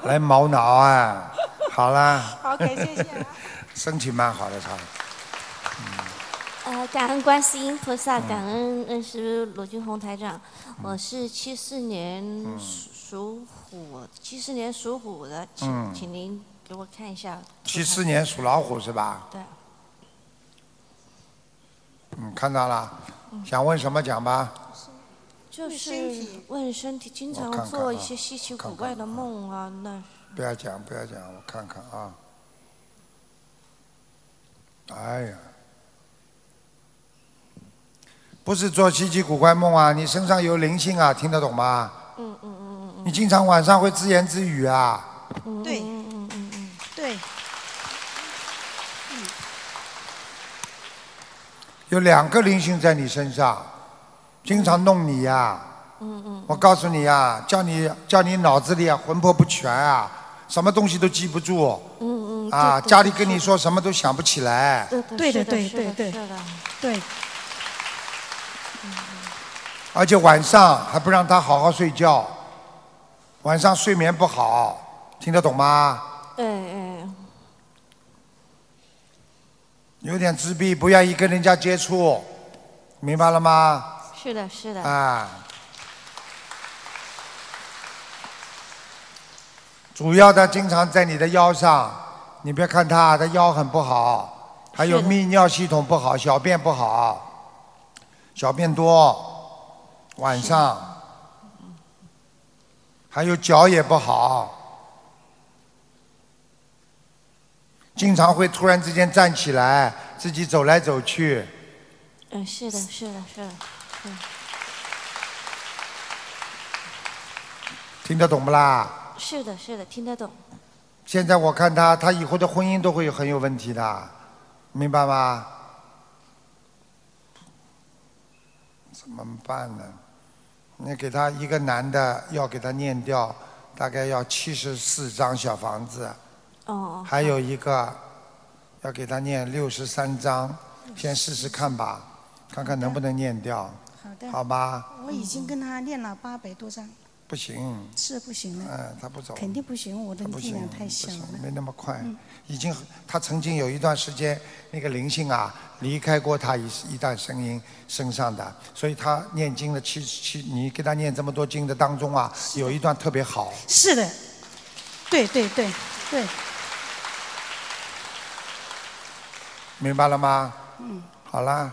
Speaker 2: 来毛脑啊，好啦。
Speaker 15: OK，谢啊谢、
Speaker 2: 身体蛮好的他。
Speaker 13: 呃，感恩观世音菩萨，
Speaker 2: 嗯
Speaker 13: 感恩恩师罗俊宏台长。我是七四年
Speaker 2: 嗯
Speaker 13: 属属虎，七四年属虎的，
Speaker 2: 嗯
Speaker 13: 请请您给我看一下。
Speaker 2: 七四年属老虎是吧？
Speaker 13: 对。
Speaker 2: 嗯，看到了
Speaker 13: 嗯，
Speaker 2: 想问什么讲吧？
Speaker 13: 就是问身体，经
Speaker 2: 我看
Speaker 13: 常
Speaker 2: 看
Speaker 13: 做一
Speaker 2: 啊
Speaker 13: 些稀奇
Speaker 2: 看看
Speaker 13: 古怪的梦啊，那
Speaker 2: 不要讲，不要讲，我看看啊。哎呀，不是做稀奇古怪梦啊，你身上有灵性啊，听得懂吗？
Speaker 13: 嗯嗯嗯嗯
Speaker 2: 你经常晚上会自言自语啊，
Speaker 13: 嗯，对，嗯嗯嗯嗯，
Speaker 15: 对，
Speaker 2: 有两个灵性在你身上，经常弄你呀、
Speaker 13: 嗯嗯，
Speaker 2: 我告诉你啊，叫你叫你脑子里啊魂魄不全啊，什么东西都记不住
Speaker 13: 嗯嗯
Speaker 2: 啊，
Speaker 13: 对对
Speaker 2: 家里跟
Speaker 13: 是
Speaker 2: 你说什么都想不起来。
Speaker 13: 对
Speaker 15: 对
Speaker 13: 的
Speaker 15: 对
Speaker 13: 是的
Speaker 15: 对对
Speaker 13: 是的，
Speaker 15: 对，
Speaker 2: 而且晚上还不让他好好睡觉，晚上睡眠不好，听得懂吗？
Speaker 13: 哎哎，
Speaker 2: 有点自闭，不愿意跟人家接触，明白了吗？
Speaker 13: 是的，是的，
Speaker 2: 啊，主要的经常在你的腰上，你别看他，他腰很不好，还有
Speaker 13: 是的
Speaker 2: 泌尿系统不好，小便不好，小便多，晚上，还有脚也不好，经常会突然之间站起来，自己走来走去，
Speaker 13: 嗯，是的，是的，是的，嗯，
Speaker 2: 听得懂不啦？
Speaker 13: 是的，是的，听得懂。
Speaker 2: 现在我看他，他以后的婚姻都会有很有问题的，明白吗？怎么办呢？你给他一个男的，要给他念掉，大概要七十四张小房子，
Speaker 13: 哦，
Speaker 2: 还有一个要给他念六十三张，先试试看吧，看看能不能念掉，
Speaker 16: 好的，
Speaker 2: 好吧？
Speaker 16: 我已经跟他练了八百多张，
Speaker 2: 不行，
Speaker 16: 是不行了，
Speaker 2: 嗯，他不走，
Speaker 16: 肯定不行，我的
Speaker 2: 不
Speaker 16: 力
Speaker 2: 行
Speaker 16: 量，太小
Speaker 2: 不行
Speaker 16: 了。嗯
Speaker 2: 没那么快。已经，他曾经有一段时间，那个灵性啊离开过他一一段声音身上的，所以他念经的七七，你给他念这么多经的当中啊，有一段特别好。
Speaker 16: 是的，对对对对，
Speaker 2: 明白了吗？
Speaker 16: 嗯，
Speaker 2: 好啦，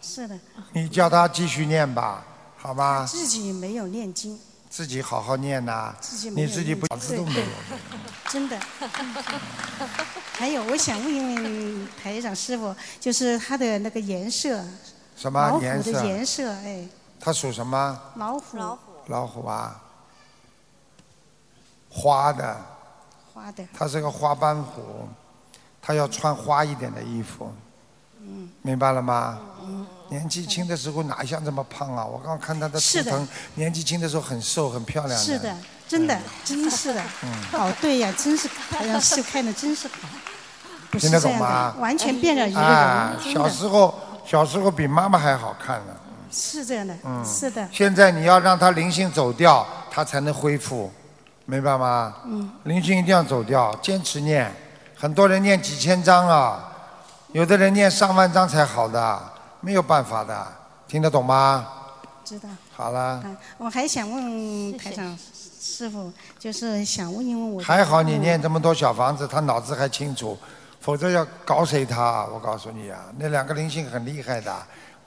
Speaker 16: 是的，
Speaker 2: 你叫他继续念吧，好吗？
Speaker 16: 自己没有念经，
Speaker 2: 自己好好念呐、
Speaker 16: 自己没
Speaker 2: 你
Speaker 16: 有
Speaker 2: 自己不
Speaker 16: 念
Speaker 2: 子
Speaker 16: 经
Speaker 2: 都没
Speaker 16: 对
Speaker 2: 有。
Speaker 16: 真的。 (laughs) 还有，我想问问台长师傅，就是它的那个颜色，
Speaker 2: 什
Speaker 16: 老
Speaker 2: 么
Speaker 16: 虎
Speaker 2: 颜色
Speaker 16: 的？颜色，哎，
Speaker 2: 它属什么？
Speaker 16: 老虎
Speaker 2: 老虎啊，花的，
Speaker 16: 花的，
Speaker 2: 它是个花斑虎，它要穿花一点的衣服，
Speaker 16: 嗯，
Speaker 2: 明白了吗？
Speaker 13: 嗯
Speaker 2: 年纪轻的时候哪像这么胖啊？我刚看它的图
Speaker 16: 是的
Speaker 2: 腾，年纪轻的时候很瘦很漂亮
Speaker 16: 是的，真的，真是的。
Speaker 2: 嗯，
Speaker 16: 哦，对呀，真是台长师傅看的真是好，不是
Speaker 2: 听得
Speaker 16: 这
Speaker 2: 懂
Speaker 16: 样
Speaker 2: 吗
Speaker 16: 的，？完全变了一个
Speaker 2: 啊
Speaker 16: 人，，真
Speaker 2: 小
Speaker 16: 的
Speaker 2: 时候小时候比妈妈还好看呢。
Speaker 16: 是这样的，
Speaker 2: 嗯，
Speaker 16: 是的，
Speaker 2: 现在你要让它灵性走掉，它才能恢复，明白吗？
Speaker 16: 嗯，
Speaker 2: 灵性一定要走掉，坚持念。很多人念几千章啊，有的人念上万章才好的，没有办法的，听得懂吗？
Speaker 16: 知道。嗯
Speaker 2: 好了，
Speaker 16: 我还想问台长师傅，就是想问一问我的
Speaker 2: 还好你
Speaker 16: 父母
Speaker 2: 念这么多小房子，他脑子还清楚，否则要搞死他。我告诉你啊，那两个灵性很厉害的，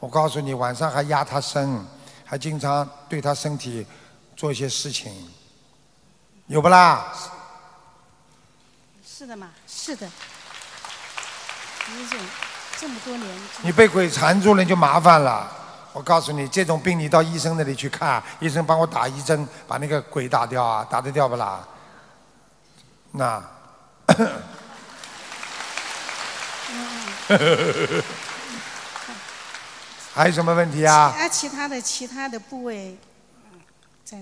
Speaker 2: 我告诉你，晚上还压他身，还经常对他身体做一些事情，有不啦？
Speaker 16: 嗯是的嘛，是的，你这这么多年，
Speaker 2: 你被鬼缠住了你就麻烦了。我告诉你，这种病你到医生那里去看，医生帮我打一针，把那个鬼打掉啊，打得掉不啦？那， (laughs) 还有什么问题啊？
Speaker 16: 啊，其他的其他的部位，嗯在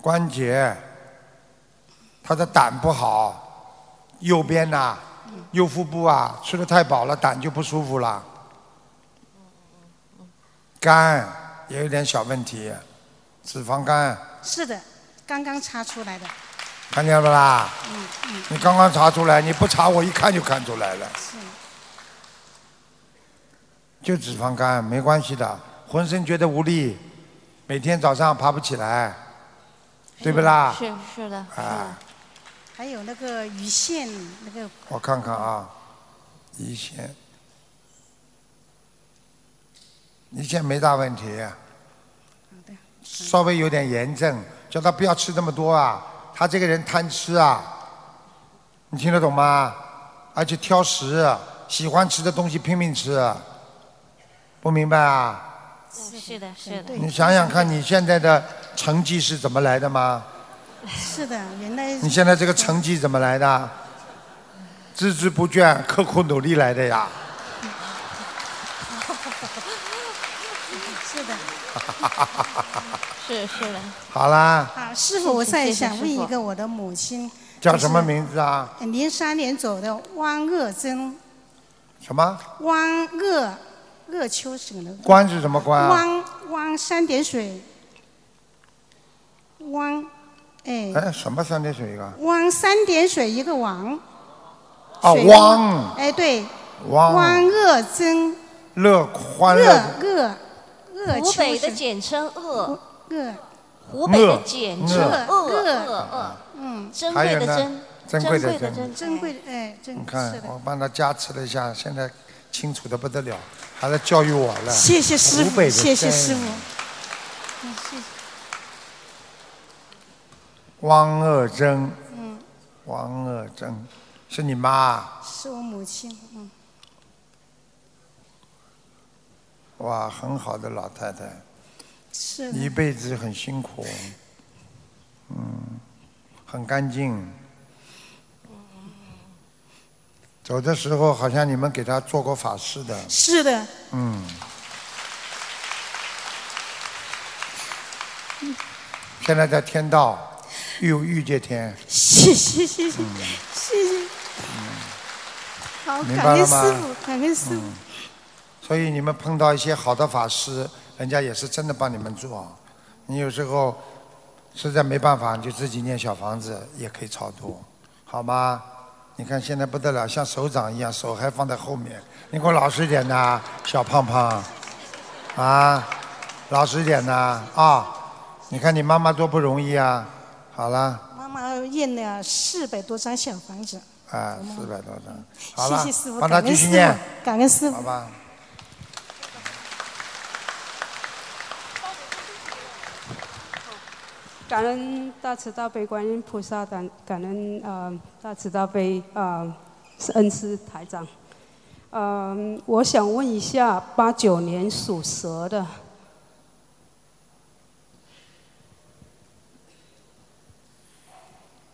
Speaker 2: 关节，他的胆不好，右边呐、右腹部啊，吃的太饱了，胆就不舒服了。肝也有点小问题，脂肪肝，
Speaker 16: 是的，刚刚查出来的，
Speaker 2: 看见了不啦？
Speaker 16: 嗯嗯，
Speaker 2: 你刚刚查出来，你不查我一看就看出来了，
Speaker 16: 是
Speaker 2: 就脂肪肝，没关系的，浑身觉得无力，每天早上爬不起来，对不啦？
Speaker 16: 是是的，
Speaker 2: 啊，
Speaker 16: 还有那个鱼线那个
Speaker 2: 我看看啊，胰腺，胰腺没大问题，啊稍微有点炎症，叫他不要吃这么多啊。他这个人贪吃啊，你听得懂吗？而且挑食，啊喜欢吃的东西拼命吃，啊不明白啊？
Speaker 13: 是的，是的。
Speaker 2: 你想想
Speaker 13: (laughs)
Speaker 2: 看，你现在的成绩是怎么来的吗？
Speaker 16: 是的，原来
Speaker 2: 你现在这个成绩怎么来的？孜孜不倦、刻苦努力来的呀。
Speaker 16: 是的，
Speaker 13: 是是的。
Speaker 2: 好啦，
Speaker 16: 好，啊师傅，我再
Speaker 13: 谢谢
Speaker 16: 想问
Speaker 13: 师
Speaker 16: 一
Speaker 13: 傅
Speaker 16: 个我的母亲，
Speaker 2: 叫什么名字啊？
Speaker 16: 呃？零三年走的汪鄂珍，
Speaker 2: 什么
Speaker 16: 汪鄂鄂秋什么的？
Speaker 2: 关是什么关啊？
Speaker 16: 汪汪三点水，汪，哎，
Speaker 2: 哎，什么三点水一个？
Speaker 16: 汪三点水一个王，
Speaker 2: 哦，
Speaker 16: 水
Speaker 2: 汪
Speaker 16: 哎对，
Speaker 2: 汪
Speaker 16: 汪鄂珍，
Speaker 2: 乐欢
Speaker 16: 鄂
Speaker 2: 乐
Speaker 16: 鄂鄂
Speaker 13: 湖北的
Speaker 16: 秋
Speaker 13: 简称鄂，
Speaker 16: 鄂
Speaker 13: 湖北的
Speaker 2: 鄂
Speaker 13: 简
Speaker 2: 鄂
Speaker 13: 称鄂
Speaker 16: 鄂
Speaker 13: 鄂，
Speaker 16: 嗯，
Speaker 13: 珍
Speaker 2: 还
Speaker 13: 贵
Speaker 2: 有
Speaker 13: 的
Speaker 2: 呢珍
Speaker 13: 珍，
Speaker 2: 贵
Speaker 13: 贵
Speaker 2: 的
Speaker 13: 的
Speaker 2: 珍
Speaker 13: 珍，
Speaker 16: 珍贵的哎，珍
Speaker 2: 你看
Speaker 16: 是，的
Speaker 2: 我帮他加持了一下，现在清楚的不得了，还在教育我了。
Speaker 16: 谢谢师
Speaker 2: 湖
Speaker 16: 傅，
Speaker 2: 北的
Speaker 16: 谢谢
Speaker 2: 真
Speaker 16: 师傅。嗯谢谢
Speaker 2: 汪鄂珍，
Speaker 16: 嗯，
Speaker 2: 汪鄂珍，是你妈？
Speaker 16: 是我母亲，嗯，
Speaker 2: 哇，很好的老太太，
Speaker 16: 是
Speaker 2: 一
Speaker 16: 的，
Speaker 2: 辈子很辛苦，嗯，很干净。走的时候好像你们给她做过法事的，
Speaker 16: 是的，
Speaker 2: 嗯。现在在天道，又遇界天，
Speaker 16: 谢谢谢谢谢谢，好，
Speaker 2: 明
Speaker 16: 感
Speaker 2: 白了
Speaker 16: 恩师
Speaker 2: 吗
Speaker 16: 傅，感恩师傅，
Speaker 2: 所以你们碰到一些好的法师，人家也是真的帮你们做。你有时候实在没办法，你就自己念小房子也可以超度，好吗？你看现在不得了，像手掌一样，手还放在后面。你给我老实一点呐，小胖胖，啊，老实一点呐啊、你看你妈妈多不容易啊！好了，
Speaker 16: 妈妈念了四百多张小房子，
Speaker 2: 啊，四百多张。好了
Speaker 16: 谢谢师傅，
Speaker 2: 帮他
Speaker 16: 感
Speaker 2: 继
Speaker 16: 恩
Speaker 2: 续
Speaker 16: 师
Speaker 2: 念
Speaker 16: 傅，，感恩师傅
Speaker 2: 好。吧？
Speaker 17: 感恩大慈大悲观音菩萨，感感恩呃大慈大悲呃恩师台长。嗯、我想问一下，八九年属蛇的，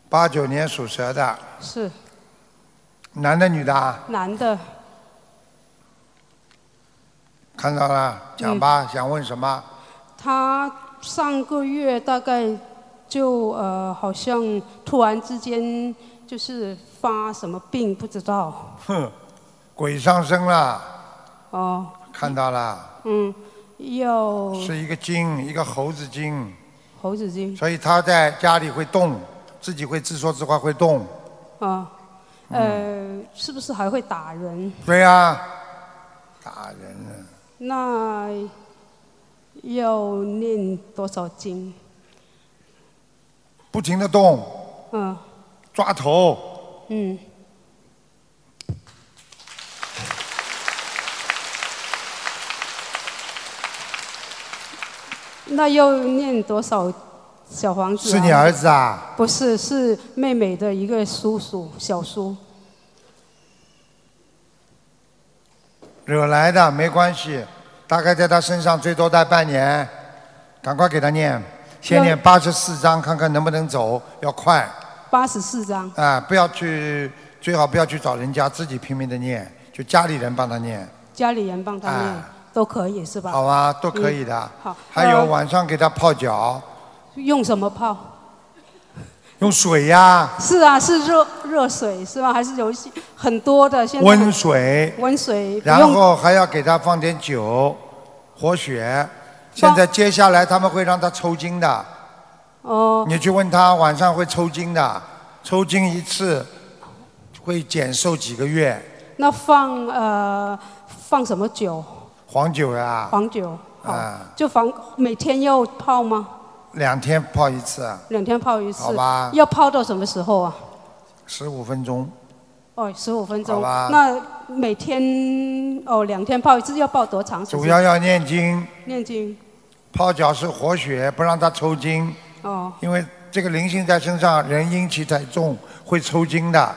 Speaker 2: 八九年属蛇的，
Speaker 17: 是
Speaker 2: 男的女的啊？
Speaker 17: 男的，
Speaker 2: 看到了，讲吧，想问什么？
Speaker 17: 他上个月大概就呃好像突然之间就是发什么病不知道
Speaker 2: 哼，鬼上身了，
Speaker 17: 哦、
Speaker 2: 看到了，
Speaker 17: 嗯，要
Speaker 2: 是一个精，一个猴子精，
Speaker 17: 猴子精
Speaker 2: 所以他在家里会动，自己会自说自话会动。
Speaker 17: 啊，呃，是不是还会打人？
Speaker 2: 对呀、打人了，
Speaker 17: 那要念多少经？
Speaker 2: 不停的动，
Speaker 17: 嗯
Speaker 2: 抓头，
Speaker 17: 嗯，那要念多少小房子、
Speaker 2: 是你儿子？啊？
Speaker 17: 不是，是妹妹的一个叔叔，小叔。
Speaker 2: 惹来的没关系，大概在他身上最多待半年，赶快给他念，先念八十四章，看看能不能走，要快。
Speaker 17: 八十四章。
Speaker 2: 啊，不要去，最好不要去找人家，自己拼命的念，就家里人帮他念，
Speaker 17: 家里人帮他念、都可以是吧？
Speaker 2: 啊好吧，都可以的。
Speaker 17: 嗯好，
Speaker 2: 还有
Speaker 17: 呃
Speaker 2: 晚上给他泡脚，
Speaker 17: 用什么泡？
Speaker 2: 用水呀、
Speaker 17: 是啊，是热热水是吧？还是有一些很多的现在
Speaker 2: 温水，
Speaker 17: 温水，不
Speaker 2: 然
Speaker 17: 用
Speaker 2: 后还要给他放点酒，活血。现在接下来他们会让他抽筋的，
Speaker 17: 哦
Speaker 2: 你去问他晚上会抽筋的，抽筋一次会减寿几个月。
Speaker 17: 那放呃放什么酒？
Speaker 2: 黄酒呀、
Speaker 17: 黄酒，
Speaker 2: 啊，
Speaker 17: 就防每天要泡吗？
Speaker 2: 两天泡一次，
Speaker 17: 两天泡一次，
Speaker 2: 好吧
Speaker 17: 要泡到什么时候啊？
Speaker 2: 十五分钟。
Speaker 17: 哦，十五分钟。
Speaker 2: 好吧
Speaker 17: 那每天哦两天泡一次，要泡多长时间？
Speaker 2: 主要要念经，
Speaker 17: 念经
Speaker 2: 泡脚是活血，不让他抽筋，
Speaker 17: 哦
Speaker 2: 因为这个灵性在身上，人阴气太重会抽筋的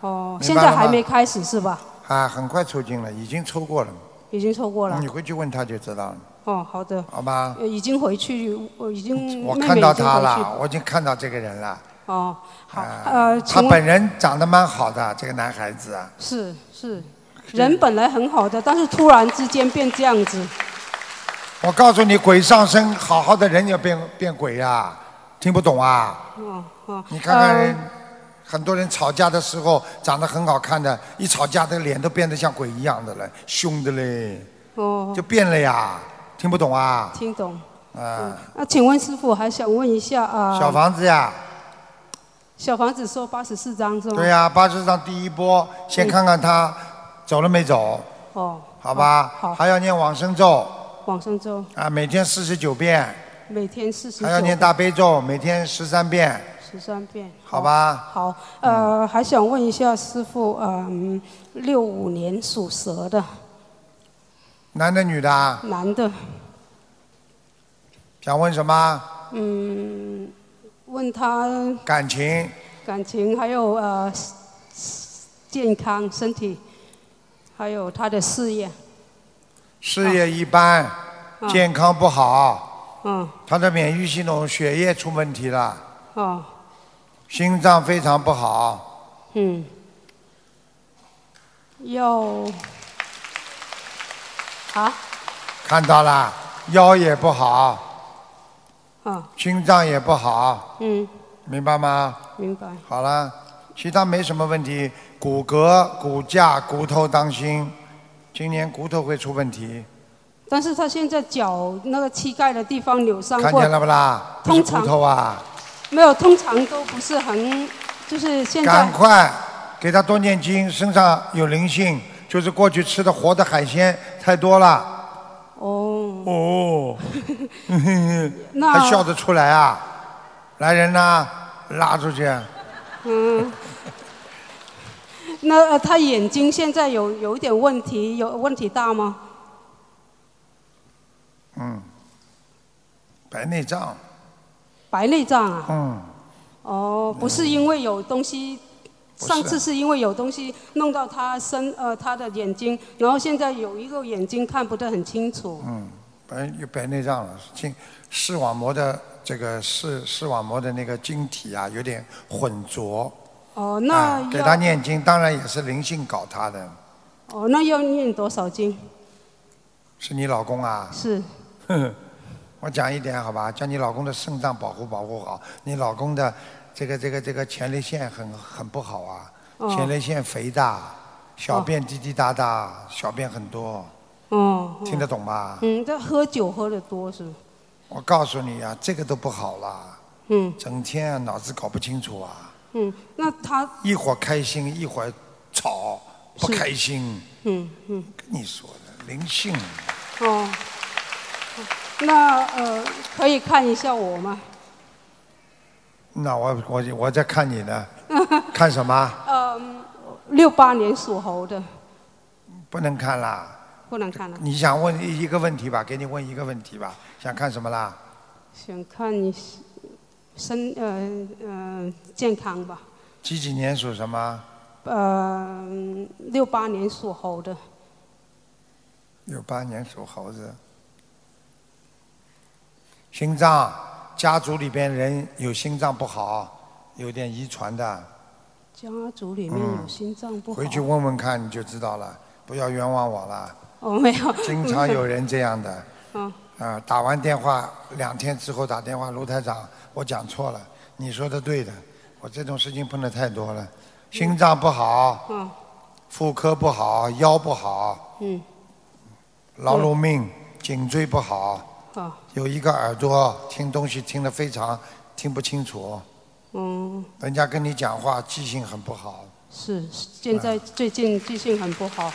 Speaker 17: 哦，
Speaker 2: 明
Speaker 17: 现
Speaker 2: 白
Speaker 17: 在
Speaker 2: 了
Speaker 17: 还
Speaker 2: 吗
Speaker 17: 没开始是吧？
Speaker 2: 啊，很快抽筋了，已经抽过了。
Speaker 17: 已经抽过了。
Speaker 2: 你回去问他就知道了，
Speaker 17: 哦，好的。
Speaker 2: 好吧？
Speaker 17: 呃已经回去，我已经
Speaker 2: 我
Speaker 17: 妹妹
Speaker 2: 看
Speaker 17: 已
Speaker 2: 到
Speaker 17: 经
Speaker 2: 他
Speaker 17: 回去
Speaker 2: 了，我已经看到这个人了。
Speaker 17: 哦，好，
Speaker 2: 啊
Speaker 17: 呃，
Speaker 2: 他
Speaker 17: 请问
Speaker 2: 本人长得蛮好的，这个男孩子啊，
Speaker 17: 是是，人本来很好的，但是突然之间变这样子，
Speaker 2: 我告诉你，鬼上身，好好的人也变变鬼呀、听不懂啊？
Speaker 17: 哦哦，
Speaker 2: 你看看人
Speaker 17: 呃，
Speaker 2: 很多人吵架的时候长得很好看的，一吵架的脸都变得像鬼一样的了，凶的嘞，
Speaker 17: 哦，
Speaker 2: 就变了呀，听不懂啊？
Speaker 17: 听懂。
Speaker 2: 啊，
Speaker 17: 那请问师傅，还想问一下啊，
Speaker 2: 小房子呀，
Speaker 17: 小房子说八十四张是吗？
Speaker 2: 对呀，八十张第一波，先看看他走了没走，
Speaker 17: 哦，
Speaker 2: 好吧？还要念往生咒
Speaker 17: 往生咒
Speaker 2: 啊，每天四十九遍，
Speaker 17: 每天四十
Speaker 2: 还要念
Speaker 17: 九
Speaker 2: 大悲咒，每天十三遍，
Speaker 17: 十三遍，哦
Speaker 2: 好吧？嗯
Speaker 17: 好，呃，还想问一下师傅，嗯，六五年属蛇的
Speaker 2: 男的女的啊？
Speaker 17: 男的，
Speaker 2: 想问什么？
Speaker 17: 嗯，问他
Speaker 2: 感情
Speaker 17: 感情，还有呃健康、身体，还有他的事业，
Speaker 2: 事业一般，
Speaker 17: 啊
Speaker 2: 健康不好，
Speaker 17: 嗯，
Speaker 2: 他的免疫系统血液出问题了，
Speaker 17: 哦，
Speaker 2: 心脏非常不好，
Speaker 17: 嗯，要啊，
Speaker 2: 看到啦，腰也不好，
Speaker 17: 啊，
Speaker 2: 心脏也不好，
Speaker 17: 嗯，
Speaker 2: 明白吗？
Speaker 17: 明白，
Speaker 2: 好了，其他没什么问题，骨骼、骨架、骨头当心，今年骨头会出问题，
Speaker 17: 但是他现在脚那个膝盖的地方扭伤
Speaker 2: 看
Speaker 17: 过，
Speaker 2: 见了不啦？不是
Speaker 17: 通常
Speaker 2: 骨头啊，
Speaker 17: 没有，通常都不是很，就是现
Speaker 2: 赶
Speaker 17: 在
Speaker 2: 快给他多念经，身上有灵性，就是过去吃的活的海鲜太多了。
Speaker 17: 哦，
Speaker 2: 哦，嗯哼哼
Speaker 17: (laughs) 那
Speaker 2: 还笑得出来啊？来人呐、拉出去！
Speaker 17: 嗯，那呃，他眼睛现在有有一点问题，有问题大吗？
Speaker 2: 嗯，白内障，
Speaker 17: 白内障啊？
Speaker 2: 嗯，
Speaker 17: 哦，不是因为有东西，
Speaker 2: 不
Speaker 17: 上
Speaker 2: 是啊
Speaker 17: 次是因为有东西弄到他身呃他的眼睛，然后现在有一个眼睛看不得很清楚。
Speaker 2: 嗯，白有白内障了，镜视网膜的这个视视网膜的那个晶体啊，有点混浊。
Speaker 17: 哦，那
Speaker 2: 啊给
Speaker 17: 要
Speaker 2: 他念经，当然也是灵性搞他的，
Speaker 17: 哦，那要念多少经？
Speaker 2: 是你老公啊？
Speaker 17: 是。
Speaker 2: (laughs) 我讲一点好吧，叫你老公的肾脏保护保护好，你老公的这个这个这个前列腺很很不好啊，
Speaker 17: 哦
Speaker 2: 前列腺肥大，小便滴滴答答，小便很多，
Speaker 17: 哦，
Speaker 2: 听得懂啊吗？
Speaker 17: 嗯，他喝酒喝的多是吗？
Speaker 2: 我告诉你啊，这个都不好啦，
Speaker 17: 嗯
Speaker 2: 整天啊脑子搞不清楚啊，
Speaker 17: 嗯，那他
Speaker 2: 一会儿开心一会儿吵，不开心，
Speaker 17: 嗯嗯
Speaker 2: 跟你说的灵性，
Speaker 17: 哦，那呃，可以看一下我吗？ (laughs)
Speaker 2: 那我我我在看你呢，看什么？
Speaker 17: 嗯，六八年属猴的，
Speaker 2: 不能看啦。
Speaker 17: 不能看了。
Speaker 2: 你想问一一个问题吧，给你问一个问题吧，想看什么啦？
Speaker 17: 想看你身呃呃健康吧？
Speaker 2: 几几年属什么？
Speaker 17: 呃，六八年属猴的，
Speaker 2: 六八年属猴子。心脏，家族里边人有心脏不好，有点遗传的，
Speaker 17: 家族里面有心脏不好。
Speaker 2: 嗯回去问问看你就知道了，不要冤枉我了。
Speaker 17: 哦，没有。
Speaker 2: 经常有
Speaker 17: (laughs)
Speaker 2: 人这样的，
Speaker 17: 嗯。
Speaker 2: 啊、打完电话两天之后打电话，卢台长，我讲错了，你说的对的，我这种事情碰的太多了，心脏不好，
Speaker 17: 嗯
Speaker 2: 妇科不好，腰不好，
Speaker 17: 嗯，
Speaker 2: 劳碌命，颈椎不好，
Speaker 17: 好，
Speaker 2: 有一个耳朵听东西听得非常听不清楚，
Speaker 17: 嗯，
Speaker 2: 人家跟你讲话记性很不好，
Speaker 17: 是现在最近记性很不好。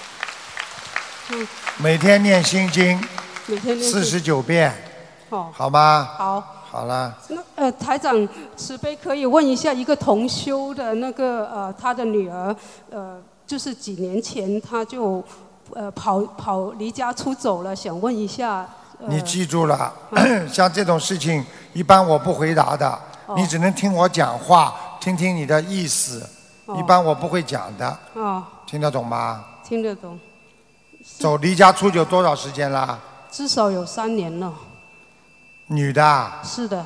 Speaker 17: 嗯，
Speaker 2: 每天念心经
Speaker 17: 每天练
Speaker 2: 四
Speaker 17: 习
Speaker 2: 十九遍，
Speaker 17: 好，
Speaker 2: 好吗？
Speaker 17: 好。
Speaker 2: 好了，
Speaker 17: 那呃，台长慈悲，可以问一下一个同修的那个呃，他的女儿呃，就是几年前他就呃跑跑离家出走了，想问一下。呃、
Speaker 2: 你记住了， (clears throat) 像这种事情一般我不回答的，
Speaker 17: 嗯哦
Speaker 2: 你只能听我讲话，听听你的意思，
Speaker 17: 哦
Speaker 2: 一般我不会讲的，
Speaker 17: 啊，
Speaker 2: 听得懂吗？
Speaker 17: 听得懂，
Speaker 2: 走离家出走多少时间啦？
Speaker 17: 至少有三年了。
Speaker 2: 女的啊，
Speaker 17: 是的，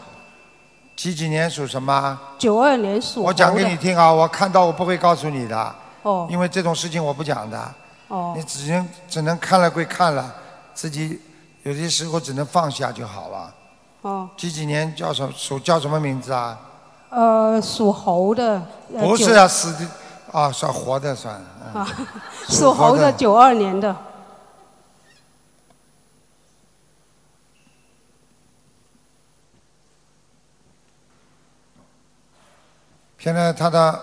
Speaker 2: 几几年属什么？
Speaker 17: 九二年属
Speaker 2: 我讲
Speaker 17: 猴
Speaker 2: 给
Speaker 17: 的
Speaker 2: 你听啊，我看到我不会告诉你的，
Speaker 17: 哦
Speaker 2: 因为这种事情我不讲的，
Speaker 17: 哦
Speaker 2: 你只能只能看了归看了，自己有些时候只能放下就好了。
Speaker 17: 哦，
Speaker 2: 几几年叫什么属叫什么名字啊？
Speaker 17: 呃，属猴的。呃
Speaker 2: 不是
Speaker 17: 九
Speaker 2: 啊，死的啊，算活的算。嗯
Speaker 17: 啊，
Speaker 2: 属
Speaker 17: (laughs) 属
Speaker 2: 猴
Speaker 17: 猴
Speaker 2: 的
Speaker 17: 的九二年的，
Speaker 2: 现在他的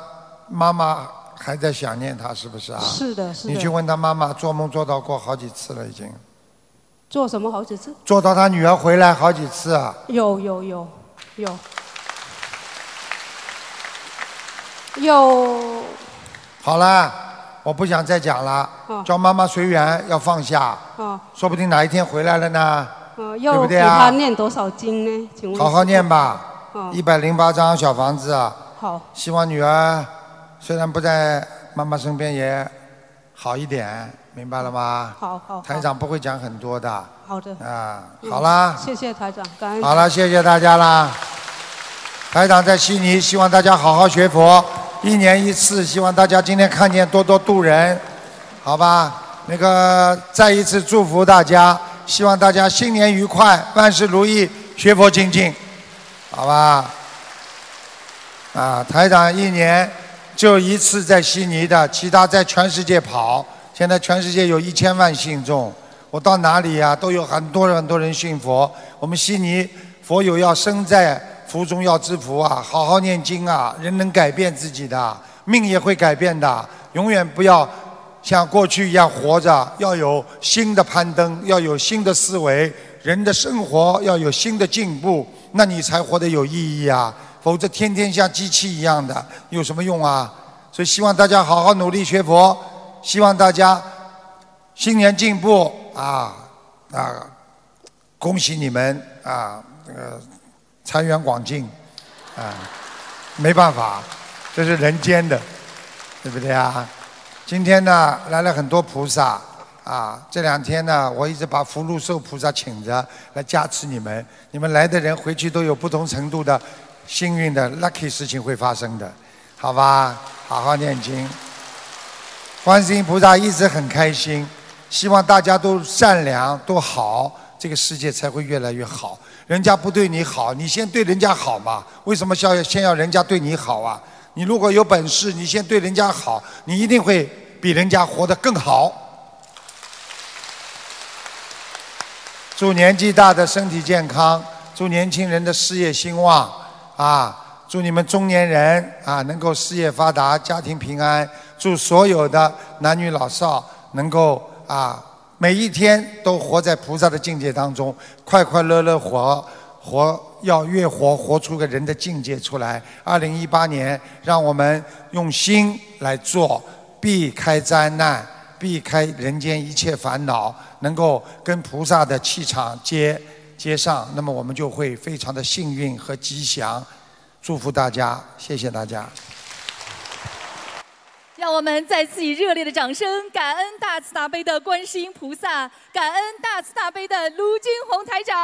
Speaker 2: 妈妈还在想念他，是不是啊？
Speaker 17: 是的是的
Speaker 2: 你去问他妈妈，做梦做到过好几次了，已经
Speaker 17: 做什么好几次？
Speaker 2: 做到他女儿回来好几次啊。
Speaker 17: 有有有有有
Speaker 2: 好了，我不想再讲了
Speaker 17: 哦，
Speaker 2: 叫妈妈随缘，要放下，
Speaker 17: 啊
Speaker 2: 说不定哪一天回来了呢。
Speaker 17: 啊！
Speaker 2: 对
Speaker 17: 要
Speaker 2: 不
Speaker 17: 给
Speaker 2: 对啊
Speaker 17: 他念多少经呢？请问
Speaker 2: 好好念吧，
Speaker 17: 啊
Speaker 2: 一百零八张小房子啊。
Speaker 17: 好
Speaker 2: 希望女儿虽然不在妈妈身边，也好一点，明白了吗？
Speaker 17: 好好
Speaker 2: 台长不会讲很多的啊。
Speaker 17: 好的，嗯
Speaker 2: 好啦，
Speaker 17: 谢谢台长，感恩
Speaker 2: 好了，谢谢大家啦。台长在悉尼，希望大家好好学佛，一年一次，希望大家今天看见多多度人，好吧？那个再一次祝福大家，希望大家新年愉快，万事如意，学佛精进，好吧？啊，台长一年就一次在悉尼的，其他在全世界跑。现在全世界有一千万信众，我到哪里呀、都有很多人很多人信佛。我们悉尼佛友要身在福中要知福啊，好好念经啊，人能改变自己的，命也会改变的。永远不要像过去一样活着，要有新的攀登，要有新的思维，人的生活要有新的进步，那你才活得有意义啊！否则天天像机器一样的，有什么用啊？所以。所以希望大家好好努力学佛，希望大家新年进步啊啊！恭喜你们啊，这个财源广进啊，没办法，这是人间的，对不对啊？今天呢来了很多菩萨啊，这两天呢我一直把福禄寿菩萨请着来加持你们，你们来的人回去都有不同程度的幸运的 lucky 事情会发生的，好吧？好好念经。观世音菩萨一直很开心，希望大家都善良都好，这个世界才会越来越好。人家不对你好，你先对人家好嘛？为什么要先要人家对你好啊？你如果有本事，你先对人家好，你一定会比人家活得更好。祝年纪大的身体健康，祝年轻人的事业兴旺啊！祝你们中年人啊能够事业发达，家庭平安。祝所有的男女老少能够啊每一天都活在菩萨的境界当中，快快乐乐活活，要越活活出个人的境界出来。二零一八年，让我们用心来做，避开灾难，避开人间一切烦恼，能够跟菩萨的气场接接上，那么我们就会非常的幸运和吉祥。祝福大家，谢谢大家。
Speaker 1: 让我们再次以热烈的掌声，感恩大慈大悲的观世音菩萨，感恩大慈大悲的卢军红台长。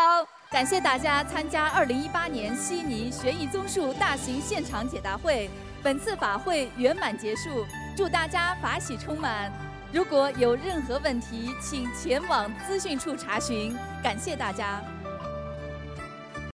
Speaker 1: 感谢大家参加2018年悉尼悬疑综述大型现场解答会，本次法会圆满结束，祝大家法喜充满。如果有任何问题，请前往资讯处查询。感谢大家。